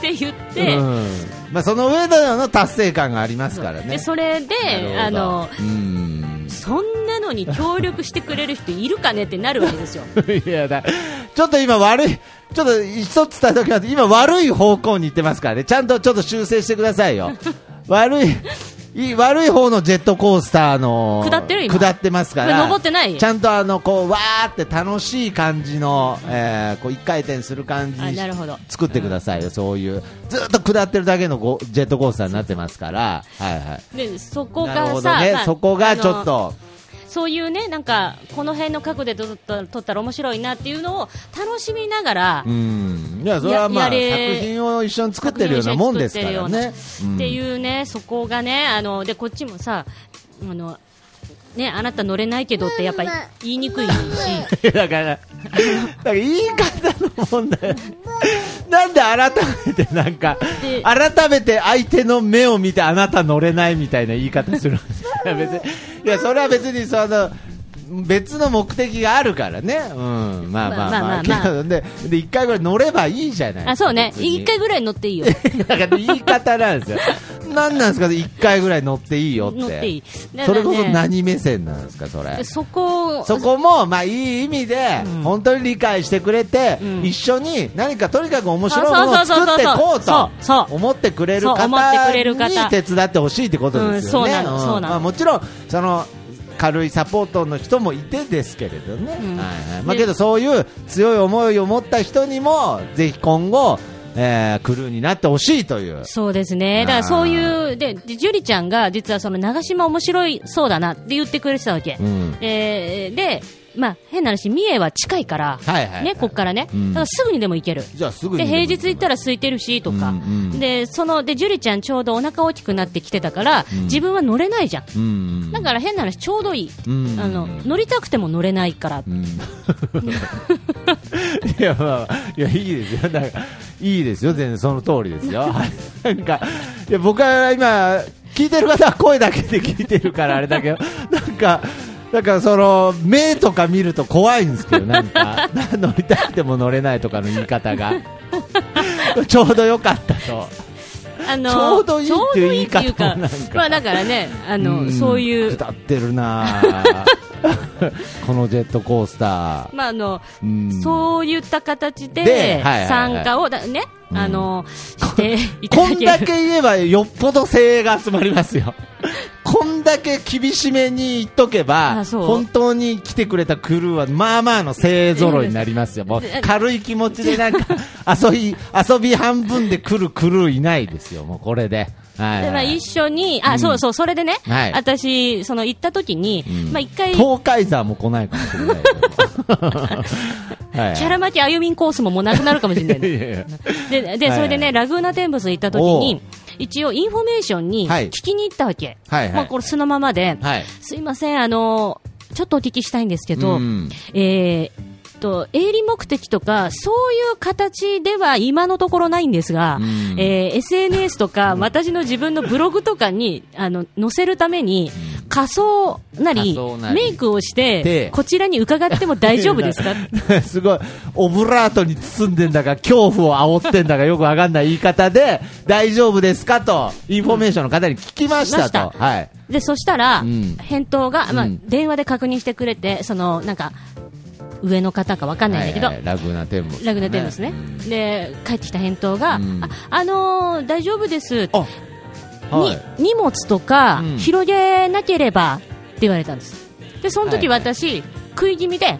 て言って。うんまあ、その上での達成感がありますからね。でそれであなるほのどうん [laughs] そんなのに協力してくれる人いるかねってなるわけですよいやだちょっと今悪いちょっと一つ伝えて [laughs] おきます今悪い方向に行ってますからねちゃんとちょっと修正してくださいよ悪いいい悪い方のジェットコースターの下ってる今下ってますからこれ登ってないちゃんとあのこうわーって楽しい感じの、えーこう一回転する感じあなるほど作ってくださいよ、そういうずっと下ってるだけのごジェットコースターになってますからはいはいでそこなるがほさ、どねまあそこがちょっとそういうね、なんか、この辺の角度で撮った撮ったら面白いなっていうのを楽しみながら、うんいやそれはやまあ作やれ品を一緒に作ってるようなもんですからね作品を一緒に作ってるようなっていうね、そこがね、あの、で、こっちもさ、あの、ね、あなた乗れないけどってやっぱり言いにくいし、 [laughs] だからだから言い方の問題なんで改めてなんかで改めて相手の目を見てあなた乗れないみたいな言い方するんですいや別にいやそれは別にその別の目的があるからね、うん、まあまあまあ、まあまあまあけどでで一回ぐらい乗ればいいじゃないあ、そうね、別に一回ぐらい乗っていいよ。なんか言い方なんですよ、なんなんですか、一回ぐらい乗っていいよって、乗っていい。だそかられこねそ何目線なんですか、それ。そこを、 [laughs] そこも、まあ、いい意味で、うん本当に理解してくれて、うん一緒に何かとにかく面白いものを作っていこうそうそうそうそうそうと思ってくれるそう思ってくれる方方に手伝ってほしいってことですよね。うんそうなのそうなのまあ、もちろんその軽いサポートの人もいてですけれどね、うんはいはいまあ、でけどそういう強い思いを持った人にもぜひ今後、えークルーになってほしいというそうですね。だからそういう、で、でジュリちゃんが実はその長島面白いそうだなって言ってくれてたわけ。うんでで、まあ、変な話、三重は近いから、はいはいはいね、こっからね、うんだからすぐにでも行ける。じゃあすぐにででも平日行ったら空いてるしとか、うんうんでそのでジュリちゃん、ちょうどお腹大きくなってきてたから、自分は乗れないじゃん、うんうんだから変な話、ちょうどいい、うんあの、乗りたくても乗れないから、うんいや、まあ、いや、いいですよ。なんか、いいですよ。全然その通りですよ。 [laughs] はいなんか、いや、僕は今、聞いてる方は声だけで聞いてるから、あれだけど、なんか、なんかその目とか見ると怖いんですけど、なんか乗りたくても乗れないとかの言い方が [laughs] ちょうどよかったと、あのちょうどいいっていう言い方ちょうどいいっていうなんかまあ、だからね、あのんそういう下ってるなあ [laughs] このジェットコースター、まああのうんそういった形でではいはいはい参加をだ、ねうんあのしていたこだんけだるけ言えばよっぽど声援が集まりま [laughs] すよ。こんだけ厳しめに言っとけば、あそう本当に来てくれたクルーは、まあまあの声援揃いになりますよ。もう軽い気持ちでなん [laughs] か、遊び、遊び半分で来るクルーいないですよ、もうこれで。はい、でまはあ、い一。緒に、あ、うんそうそう、それでね、はい私、その行った時に、うんまあ一回、キ東海山も来ないかもしれないけ [laughs] ど。はいャラ巻きあゆみんコースももうなくなるかもしれないね、いやいやで、はいで、はいそれでね、ラグーナテンブス行った時おうに、一応インフォメーションにはい聞きに行ったわけ。はいはいまあこれそのままで、はい。すいません、あの、ちょっとお聞きしたいんですけど、うんえーっと、営利目的とか、そういう形では今のところないんですが、うんえー SNS とか、私の自分のブログとかに、あの、載せるために、仮装な仮り装なりメイクをしでて、こちらに伺っても大丈夫ですか [laughs] すごい、オブラートに包んでんだか、恐怖を煽ってんだか、よくわかんない言い方で、大丈夫ですかと、インフォメーションの方に聞きましたと。ましはい。で、そしたら、うん返答が、まあうん、電話で確認してくれて、その、なんか、上の方かわかんないんだけどは、いはいラグナテンボス、ラグナテンですね。で、帰ってきた返答が、うんあ、あのー大丈夫です。あはいに、荷物とかうん、広げなければ、って言われたんです。で、その時私、食い気味で、あ、な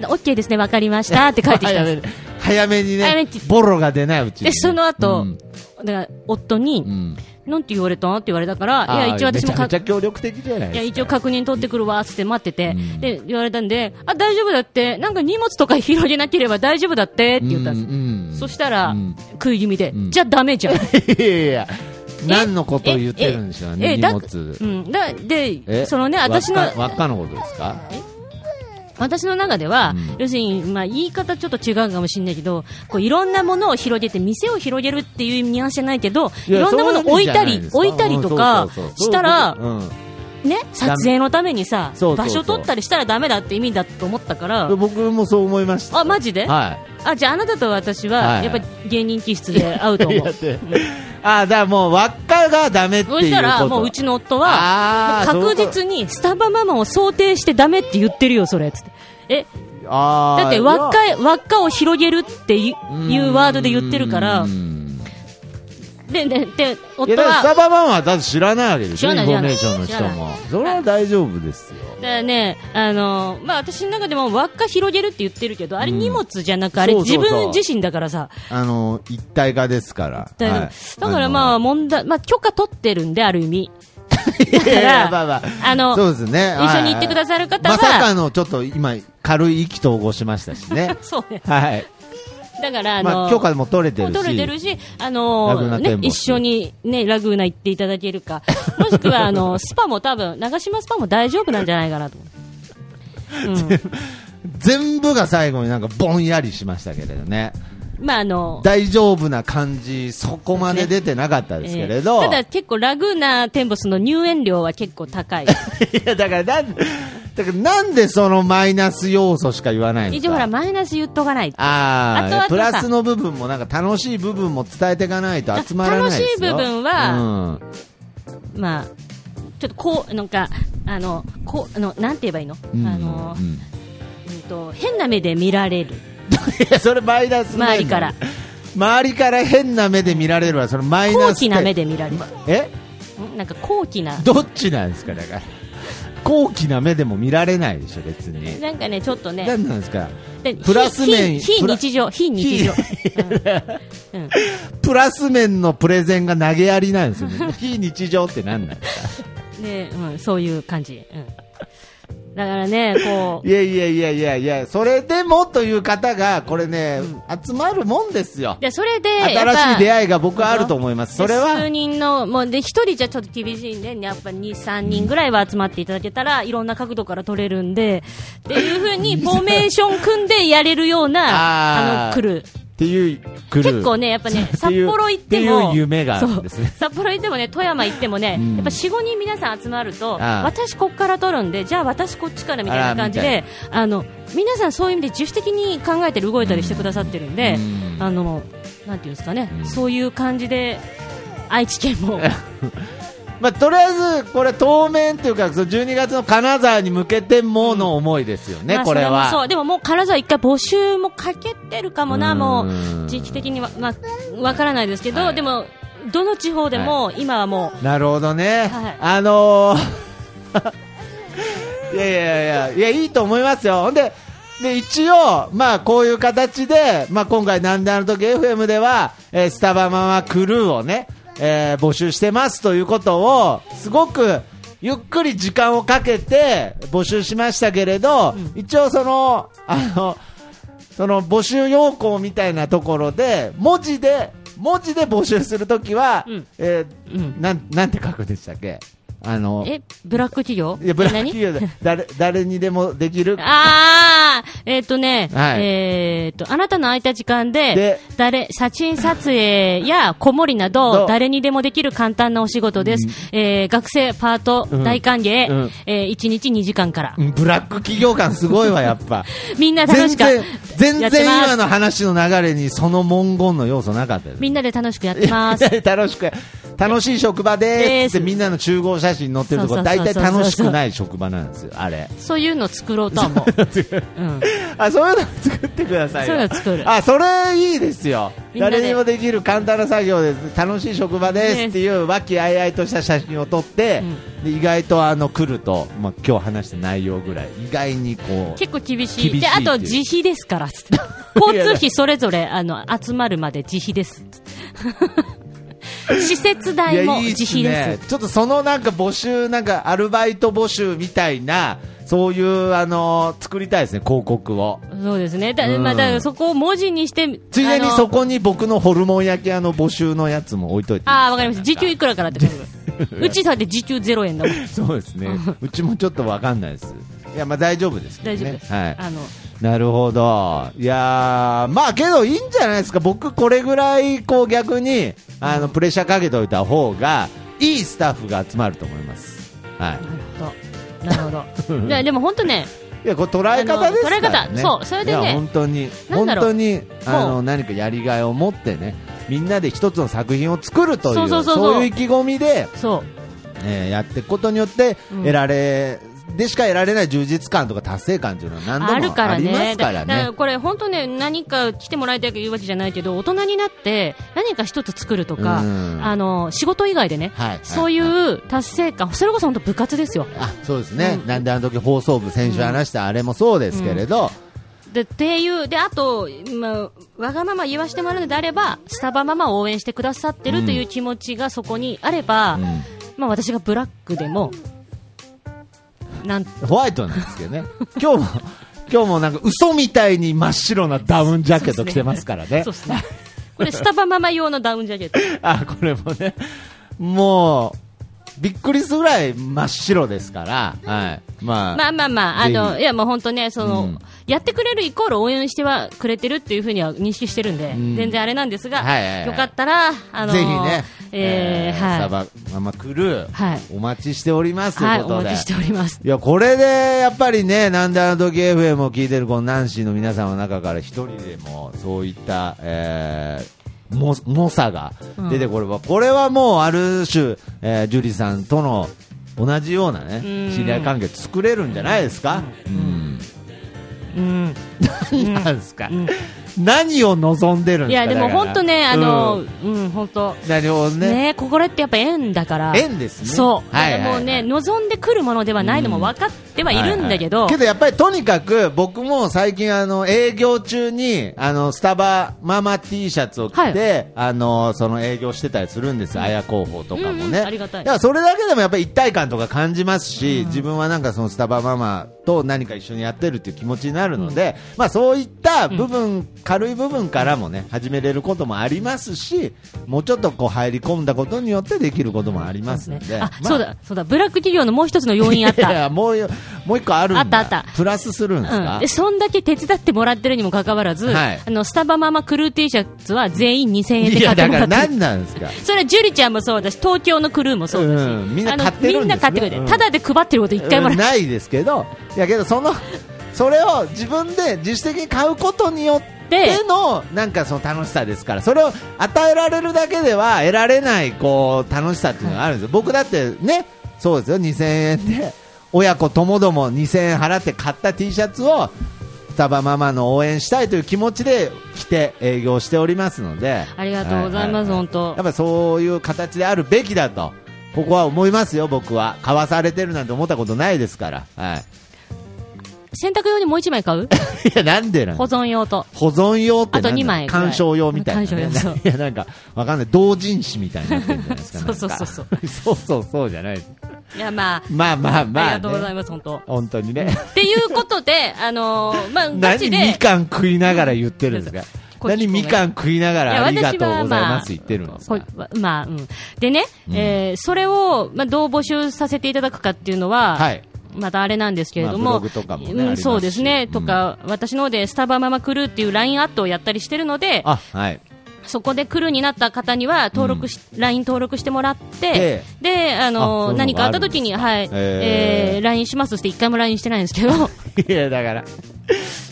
ら、オッケーですね、わかりました、って帰ってき [laughs] たん早でめすに。早めに早めねに、ボロが出ないうちにね、で、その後、うんだから、夫に、うんなんて言われたって言われたから、あーいや、一応私もめちゃかめちゃ協力的じゃないいや、ですか。一応確認取ってくるわ、つって待ってて、うんで、言われたんで、あ、大丈夫だって、なんか荷物とか広げなければ大丈夫だって、って言ったんです。んそしたら、うん食い気味で、うんじゃあダメじゃん。いやいやいや、何の [laughs] ことを言ってるんでしょうえね、え荷だ物。うん、だえで、そのね、私の輪っ、か輪っかのことですか私の中では、ん要するに、まあ、言い方ちょっと違うかもしれないけど、こう、いろんなものを広げて、店を広げるっていうニュアンスじゃないけど、いいやろんなものを置いたり、そう置ういたりとかんそうそうそうしたらそう、いうことうんね、撮影のためにさ、そうそう場そう所取ったりしたらダメだって意味だと思ったから、僕もそう思いました。あ、マジではあ、じゃああなたと私はは、いやっぱり芸人気質で会うと [laughs] い。思う。て。あ、だからもう輪っかがダメっていうそこと。したら、もううちの夫は、あー確実にスタバママを想定してダメって言ってるよ、それ、つって。え、あー、だって輪っか、輪っかを広げるっていいやいうワードで言ってるからう、んで、で、で、い夫やだからスは、タバマンはだって知らないわけでしょ、知らインないフォメーションの知人らもな。それは大丈夫ですよ。だからね、あのまあ、私の中でも輪っか広げるって言ってるけど、あれ荷物じゃなく、あれそうそう自そう分自身だからさ、あの、一体化ですから。だからはいだからまあ、の問題、まあ、許可取ってるんで、ある意味。だいかやいやまら、あまああのそうですね。一緒に行ってくださる方は。まさかの、ちょっと今、軽い意気投合しましたしね [laughs] そうね。はい。だから、あのまあ、許可も取れてもうるし。取れてるし、あラグーのナね展、望一緒にね、ラグーナ行っていただける [laughs] か、もしくは、あの、スパも多分、長島スパも大丈夫なんじゃないかなと思う。全部が最後になんかぼんやりしましたけれどね。うん。まあ、あの、大丈夫な感じ、そこまで出てなかったですけれど。えーただ結構ラグーナテンボスの入園料は結構 [laughs] 高い。いや、だからなん、だからなんでそのマイナス要素しか言わないのか一応ほら、マイナス言っとかないと。ああとああとさプラスの部分もなんか楽しい部分も伝えていかないと集まらないですよ楽しい部分はうんまあ、ちょっとこう、なんか、あの、こう、あの、なんて言えばいいの、うんあのう、んいうんと、変な目で見られる。やそれマイナス面なの周りから周りから変な目で見られるわそれマイナ高ス貴な目で見られるま。えんなんか高貴な。どっちなんですかだから高貴な目でも見られないでしょ別になんかね、ちょっとね。何なんですかでプラス面非非日常、非日常。うんうんプラス面のプレゼンが投げやりなんですよね非日常って何なんですかね、うん、そういう感じ。うん。だからね、こ [laughs] うい。やいやいやいやいやそれでもという方がこれね、集まるもんですよで、それで、新しい出会いが僕はあるとい思います。そそれれは。数は、人の、もう、で、一人じゃちょっと厳しいんで、やっぱ2、3人ぐらいは集まっていただけたら、いろんな角度から取れるんで、っていうふう [laughs] に、フォーメーション組んでやれるような、ああーの、来る。っていう、来る結構ね、やっ [laughs] ぱね、て札いう幌行っても、っていう夢があるんですねそう札幌行ってもね、富山行ってもね、うんやっぱ4、5人皆さん集まると、ああ私こっから取るんで、じゃあ私こっちからみたいな感じで、あの、皆さんそういう意味で自主的に考えて動いたりしてくださってるんで、うんあの、なんていうんですかね、そういう感じで、愛知県 [laughs] も、まあ、とりあえず、これ当面というか、その12月の金沢に向けてもの思いですよね、まあこれは。そもそう、でももう金沢一回募集もかけてるかもな、うんもう、時期的には、まあ、わからないですけど、はいでも、どの地方でも、今はもう、なるほどね。はいあのー [laughs] いやいやいや、いや、いいと思いますよ。ほんで、で、一応、まあ、こういう形で、まあ、今回、なんであの時 FM では、えースタバママクルーをね、えー募集してますということを、すごく、ゆっくり時間をかけて募集しましたけれど、一応その、あの、その募集要項みたいなところで、文字で、文字で募集するときは、うんえーうんなん、なんて書くんでしたっけあの、え、ブラック企業いや、ブラックえ何企業で、誰、誰にでもできる。 [laughs] あー、えっ、とね、はいえっ、と、あなたの空いた時間で、で誰、写真撮影や子守などど、う誰にでもできる簡単なお仕事です。えー学生、パート、うん大歓迎、うんえ1日2時間から。うんブラック企業感すごいわ、やっぱ。みんな [laughs] 楽全しく、然、やっ全て然ます今の話の流れにその文言の要素なかったです。みんなで楽しくやってます。 [laughs] 楽しく、楽しい職場でーすってですみんなの集合写真載ってるとこそろ、うそう大そうそ体う楽しくない職場なんですよ、あれ。そういうの作ろうとは [laughs] 思う。うん。あ、そういうの作ってくださいよ。そういうの作るあ、それいいですよ。みんなで誰にもできる簡単な作業です。楽しい職場ですっていう和気あいあいとした写真を撮って、で意外とあの来ると、まあ今日話した内容ぐらい、意外にこう。結構厳しい。厳しで、いっていあうと、自費ですから、つって交通費それぞれ、あの、集まるまで自費です。施設代もっ自す費です。ね。ちょっとそのなんか募集、なんかアルバイト募集みたいな、そういう、あのー作りたいですね、広告を。そうですね。だ、うんまあ、だからそこを文字にして、ついでにあのそこに僕のホルモン焼き屋の募集のやつも置いといて。ああ、わかりました。時給いくらからってこと [laughs] うちだって時給0円だもん。そうで [laughs] すね。うちもちょっとわかんないです。いや、まあ大丈夫ですけどね。大丈夫です。はい。あの、なるほど。いやー、まあけどいいんじゃないですか。僕これぐらい、こう逆に、あの、プレッシャーかけておいた方が、いいスタッフが集まると思います。はい。なるほど。なるほど。いや、でも本当ね、いや、これ捉え方ですから、ね。あの捉え方そうそれでねいや本当に、なん本だろう当に、あもの、何かやりがいを持ってね、みんなで一つの作品を作るという、そうそうそうそういう意気込みで、そう。えーやっていくことによってうん得られでしか得られない充実感とか達成感っていうのは何あ度るもかあらりまね、すかだらだからね。これ、本当ね、何か来てもらいたいというわけじゃないけど、大人になって、何か一つ作るとか、うんあの仕事以外でね、はいそういう達成感、それこそ本当、部活ですよ。あそうですね、なんであの時放送部、先週話したあれもそうですけれど、でっていう、であと、まあ、わがまま言わせてもらうのであれば、スタバママを応援してくださってるという気持ちがそこにあれば、うんまあ、私がブラックでも、なんホワイトなんですけどね、 [laughs] 今日も、今日もなんか嘘みたいに真っ白なダウンジャケット着てますからねそう、ですね、これ、スタバママ用のダウンジャケット。あこれもね、もうびっくりするぐらい真っ白ですから、はいまあまあまあまあ、あぜひの、いやもう本当ね、その、うんやってくれるイコール応援してはくれてるっていうふうには認識してるんで、ん全然あれなんですが、はいはいはいよかったら、あのぜひね、えーはサい。バママ来る、はいお待ちしておりますとはいい、うこおとで。待ちしております。いや、これで、やっぱりね、なんであの時 FM を聞いてるこのナンシーの皆さんの中から一人でも、そういった、えー、も、もさが出てこれば、これはもうある種、えー、ジュリさんとの同じようなね、ん知り合い関係作れるんじゃないですかうん。うん。何なんですか、何を望んでるんいですかや、でも本当ね、あ、のだか、うん、本当。らうんなるほどね。ね、ここれってやっぱ縁だから。縁ですねそう。はいはいだからもうね、望んでくるものではないのも分かってはいるんだけど、はいはいけどやっぱりとにかく僕も最近あの営業中にあのスタバママ T シャツを着て、あのその営業してたりするんです、綾広報とかもね、うんうんありがたいだからそれだけでもやっぱり一体感とか感じますし、自分はなんかそのスタバママと何か一緒にやってるっていう気持ちになるので、まあそういった部分、軽い部分からもね始めれることもありますしもうちょっとこう入り込んだことによってできることもありますので、あ、まそうだ、そうだ、ブラック企業のもう一つの要因あっ [laughs] いた。やもうよもう一個あるんだあったあったプラスするんですか、うん、でそんだけ手伝ってもらってるにもかかわらず、はいあのスタバママクルー T シャツは全員2000円でい買やってだもかららってる何なんですかそれはジュリちゃんもそうだし東京のクルーもそうだし、うんみんなあの買ってるんですねみんな買ってくれて、うんただで配ってること一回もらうっんて、ないですけどいやけどそのそれを自分で自主的に買うことによってのなんかその楽しさですからそれを与えられるだけでは得られないこう楽しさっていうのがあるんですよ、僕だってねそうですよ2000円で親子ともども2000円払って買った T シャツをスタバママの応援したいという気持ちで着て営業しておりますのでありがとうございますははは本当やっぱそういう形であるべきだと、ここは思いますよ、僕は。買わされてるなんて思ったことないですから。はい。洗濯用にもう一枚買 [laughs] ういや、なんでなん保存用と保存用ってなんだあと二枚ぐらい鑑賞用みたいな、ね。鑑賞用そういや、 [laughs] なんか、わかんない。同人誌みたいになってるんじゃないですか。そうそうそうそうなんか [laughs] そうそうそうじゃないです。いやまあ、まあまあまあ、ね。ありがとうございます本当本当にね。っていうことであの [laughs] ーまあガ何チでみかん食いながら言ってるんですかこっち何みかん食いながいやらありがとうござ私はいままあす言ってるんですこかいまあうん、でね、えーそれを、まあ、どう募集させていただくかっていうのは、はいまたあれなんですけれども、まあブログとかもねありうまん、すしそうですね、うんとか、私の方でスタバママクルーっていう LINE アットをやったりしてるので、あ、はい。そこでクルーになった方には登録し、LINE 登録してもらってえ、で、ああのそういうのが何かあった時に、あはるいん、ですかへーえー LINE しますって一回も LINE してないんですけど、だいや、だから、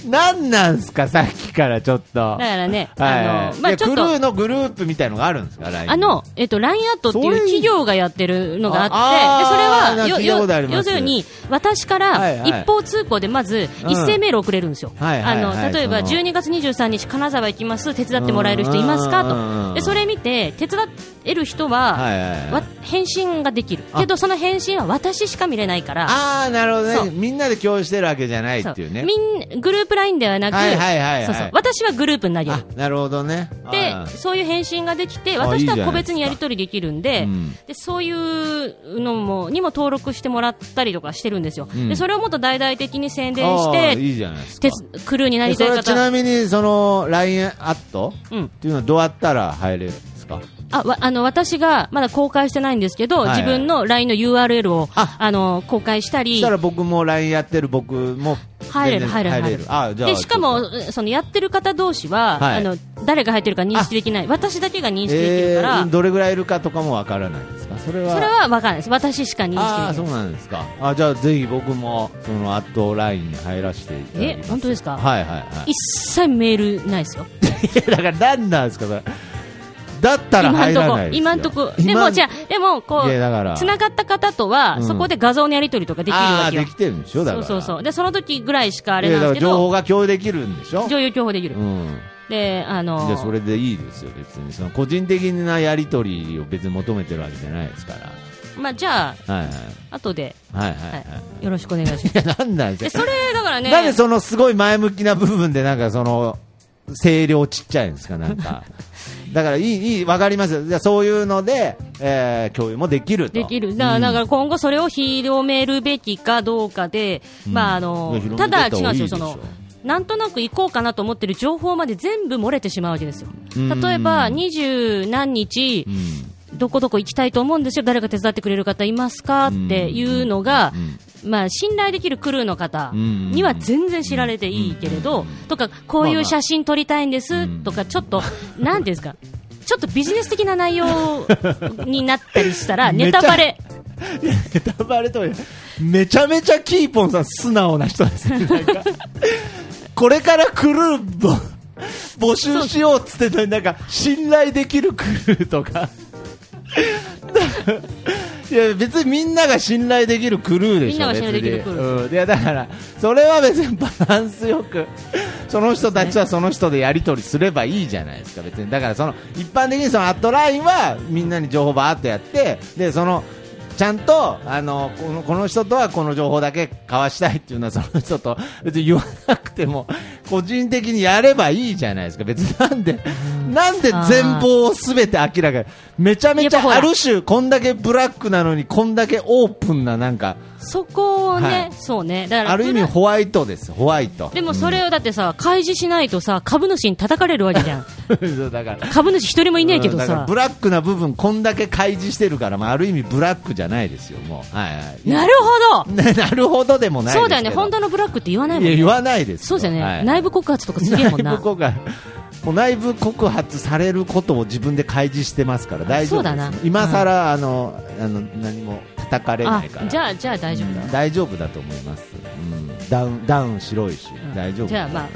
なんなんすか、さっきからちょっと。からね、はいあの、まあでちょっクルーと、のグループみたいのがあるんですか、LINE あの、えっと、LINE アットっていそうういう企業がやってるのがあって、あーで、それは、聞いたことあります要するに、私かはいらはい一方通行でまず、一斉メール送れるんですよ。はいはいはいあの、例えば、その12月23日、金沢行きます、手伝ってもらえる人いますかうんうんうんうんと。で、それ見て、手伝える人は、はいはいはいわ返信ができる。けど、その返信は私しか見れないから、ああ、なるほどそね。うみんなで共有してるわけじゃないっていうね。みんグループ LINE ではなく、はいはいはいはいそうそう私はグループに投げるあ。、なるほどね。あでーそういう返信ができてあいい私じとゃないですはか個別にやり取りできるんでうんでそういうのもにも登録してもらったりとかしてるんですよ、んでそれをもっと大々的に宣伝しあーていいじゃないですかて。つクルーになえりそたいれはちな方みに、その、LINE アットうんっていうのはどうやったら入れるんですかあわあの私がまだ公開してないんですけど、はいはい自分の LINE の URL をああの公開したそりしたら僕も LINE やってる僕も入れる、全然入れる、入れる。あじゃあで、しかも、そのやってる方同士は、はいあの、誰が入ってるか認識できない。私だけが認識できるから、えーどれぐらいいるかとかもわからないんですかそれは。それはわかんないです。私しか認ああー、識でそうきない。なんですか。あじゃあぜひ僕もそのアットラインに入らせていただきます。え本当ですかはいはいはい。一切メールないですよ。 [laughs] いやだから何なんですかそれ。だったら今ん入とらこないですよ今んとこで今もじゃあでもこいやだからうつながった方とは、うんそこで画像のやり取りとかできるあわあけーよできてるんでしょそだかうらそうそうでその時ぐらいしかああれなんですけ情報どが共有できるんでしょ女優情報できる、うんであのじゃあそれでいいですよ別にその個人的なやり取りを別に求めてるわけじゃないですからまあじゃあはいはい後で、はいはいは、はいい、よろしくお願い [laughs] しますいやなんなんでですそれだからねなんでそのすごい前向きな部分でなんかその声量ちっちゃいんですかなん [laughs] かだからいいいいわかりますよじゃあそういうので、えー共有もできるとできるだからだから今後それを広めるべきかどうかで、まああの広ためだた方違うがんいいですでよしょそのなんとなく行こうかなと思ってる情報まで全部漏れてしまうわけですようん例えば二十何日うん [laughs] どこどこ行きたいと思うんですよ誰か手伝ってくれる方いますかっていうのがうんまあ信頼できるクルーの方うんには全然知られていいけれどとかこういう写真撮りたいんですとかちょっとなんていうんですかちょっとビジネス的な内容になったりしたら [laughs] めネちゃタバレネタバレとは言えないめちゃめちゃキーポンさん素直な [laughs] 人ですねなんかこれからクルーぼ募集しようっつってたのになんか信頼できるクルーとか [laughs] いや別にみんなが信頼できるクルーでしみょんなが信頼できるクルーー、うんいやだからそれは別にバランスよくその人たちはその人でやり取りすればいいじゃないですか別にだからその一般的にそのアットラインはみんなに情報バーっとやってでそのちゃんとあのこのこの人とはこの情報だけ交わしたいっていうのはその人と別に言わなくても個人的にやればいいじゃないですか別になんでなんで全貌を全て明らかにめちゃめちやっぱほゃらある種こんだけブラックなのにこんだけオープンななんかそこをね、はいそうね、だからある意味ホワイトですホワイトでもそれをだってさ、開示しないとさ、株主に叩かれるわけじゃん、そう [laughs] だから株主一人もいねえけどうんだからさブ、ラックな部分こんだけ開示してるから、まあ、ある意味ブラックじゃないですよもうはいはいなるほど、ね [laughs] なるほどでもないですけどそうだよね、本当のブラックって言わないもんいやね、言わないですよそうだよね、はい内部告発とかすげえもん内な部、告発もう内部告発されることを自分で開示してますから大丈そ夫うでだなす今さら、あのあの何も叩かれあないからじゃあ、じゃあ大丈夫だ、大丈夫だと思います、うん、ダウンダウン白いし、大丈夫じゃあまあ、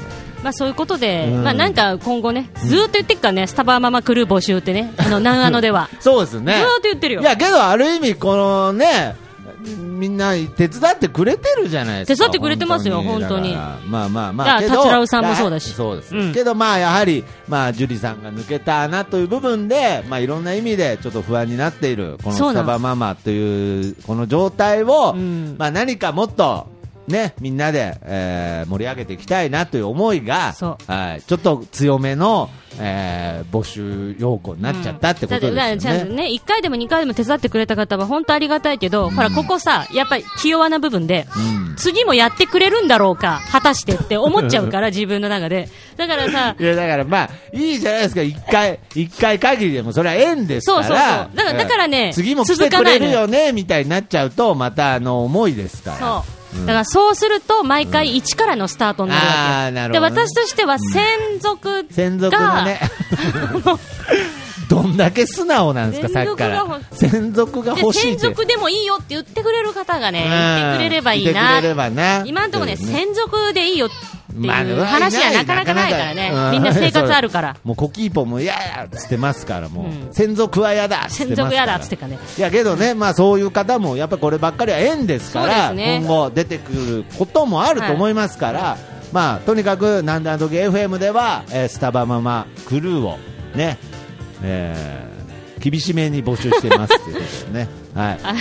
まあ、そういうことで、うんまあ、なんか今後ね、ずーっと言ってっからね、スタバママクルー募集ってね、あの南アノでは、そうですねずーっと言ってるよい。やけどある意味このねみんな手伝ってくれてるじゃないですか手伝ってくれてますよだから本まあまあまだあからけど達郎さんもそうだしやそうです、うんけどまあやはりまあ樹里さんが抜けたなという部分でまあいろんな意味でちょっと不安になっているこのそうスなタのバママというこの状態を、うんまあ何かもっとね、みんなで、えー盛り上げていきたいなという思いがそはい、ちょっと強めの、えー募集要項になっちゃったってことですよだね。ってだからちゃんとね、1回でも2回でも手伝ってくれた方は本当ありがたいけど、ほら、ここさ、やっぱり気弱な部分で、うん次もやってくれるんだろうか、果たしてって思っちゃう [laughs] から、自分の中で。だからさ、いやだからまあいいじゃないですか一回一回限りでもそれは縁ですからそうそうそうだからだからねうん次も来て続かくないれのるよよねみたいになっちゃうとまたあの思いですからそう。だからそうすると、毎回1からのスタートになるあわーけ。なるで、ほどね私としては、専属専属が、の [laughs] ねどんだけ素直なんですかさっきから専属がで欲しい専って属でもいいよって言ってくれる方がね、うん言ってくれればいい言ってなくれればな今のところね、そうです専属でいいよってまあいねう話はなかなかないからね、うみんな生活ある [laughs]。からもうコキーポンも嫌やっつってますからもう、うん専属は嫌だっつってますから専属やだっつってかね。いやけどね、まあ、そういう方もやっぱりこればっかりは縁ですからそうですね今後出てくることもあると思いますから、まあ、とにかく「なんだあの時 FM」では、えースタバママクルーをね、えー厳しめに募集してますっていうこと [laughs] でね。はいあ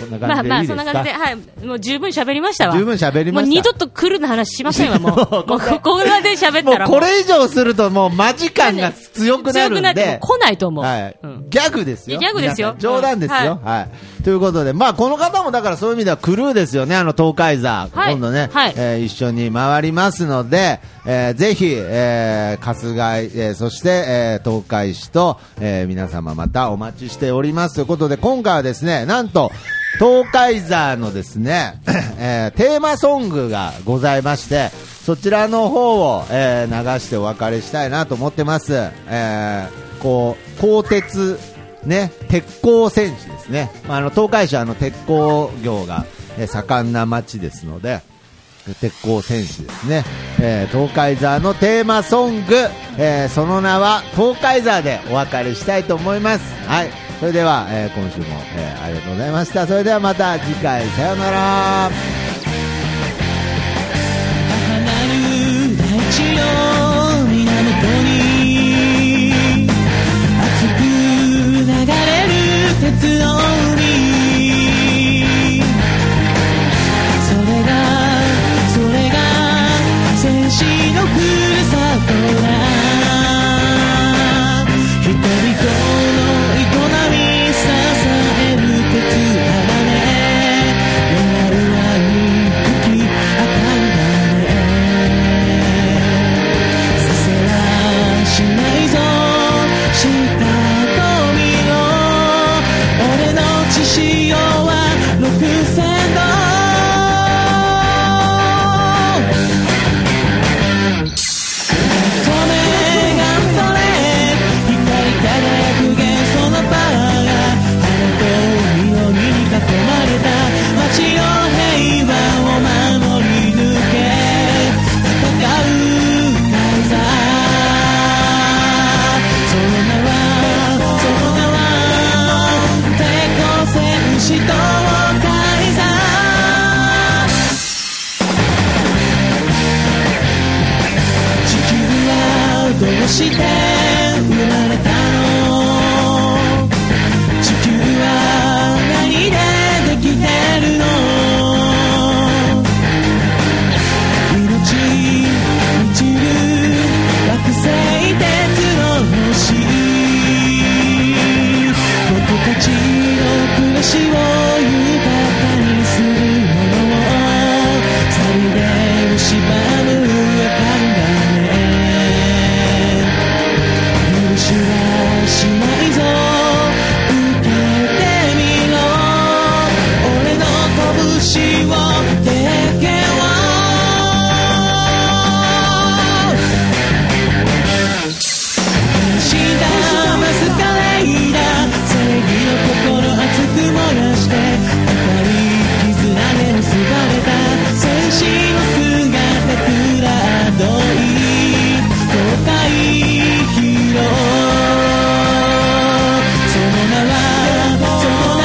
こんなま感あじでまあ、そいいでんすな感じで、か。はい、もう十分喋りましたわ。十分喋りもましたう二度と来るの話しませんわ、 [laughs] もう。もうここまで喋っもうたらこれ以上するともう間時間が強くなるん強くなっでてもう来ないと思うはいうんギャグですよいやギャグですよ皆さん冗談ですよ、はいということで、まあ、この方もだからそういう意味ではクルーですよねあの東海座、はい今度ね、はいえー一緒に回りますので、えーぜひ、えー春日井、えーそして、えー東海市と、えー皆様またお待ちしておりますということで今回はですねなんと東海座のですね、 [coughs] えーテーマソングがございましてそちらの方を、えー流してお別れしたいなと思ってます、えーこう鋼鉄ね、鉄鋼戦士ですね、まあ、あの東海市はあの鉄鋼業がえー盛んな町ですので、鉄鋼戦士ですね、えー、東海ザーのテーマソング、えーその名は東海ザーでお別れしたいと思いますはいそれでは、えー今週も、えーありがとうございましたそれではまた次回さようなら「高鳴る大地の源に」「熱く流れる鉄の海」「それがそれが戦士のふるさとだ」「人々の営み支える鉄鋼」「夜なるは憎き赤いさせはしないぞ下と見ろ俺の血潮は六千度「それがそれ」「光り輝く幻想のパワーが」「晴れと緑に囲まれた街の平和を守り抜け」「戦う大座」「その名はその名は抵抗戦士と海座」地球はどうして生まれたの地球は何でできてるの命満ちる惑星鉄の星僕たちの暮らしを豊かにするものを錆びで蝕む赤がね許しはしないぞ受けてみろ俺の拳を手けを「マスカレイダー」「正義の心熱く漏らして」「赤い絆で結ばれた」「戦士の姿くらどい」「東海ヒーロー」「その名はその名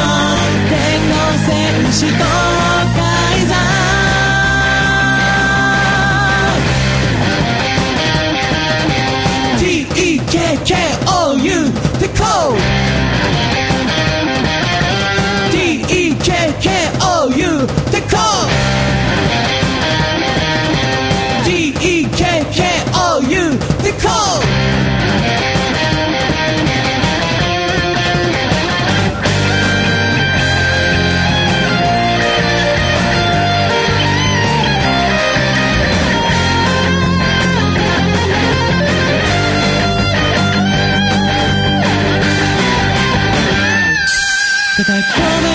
は天の戦士と海座」T-E-K-K-O-U The Code E T-E-K-K-O-U The Code E T-E-K-K-O-U The Code 叩き込め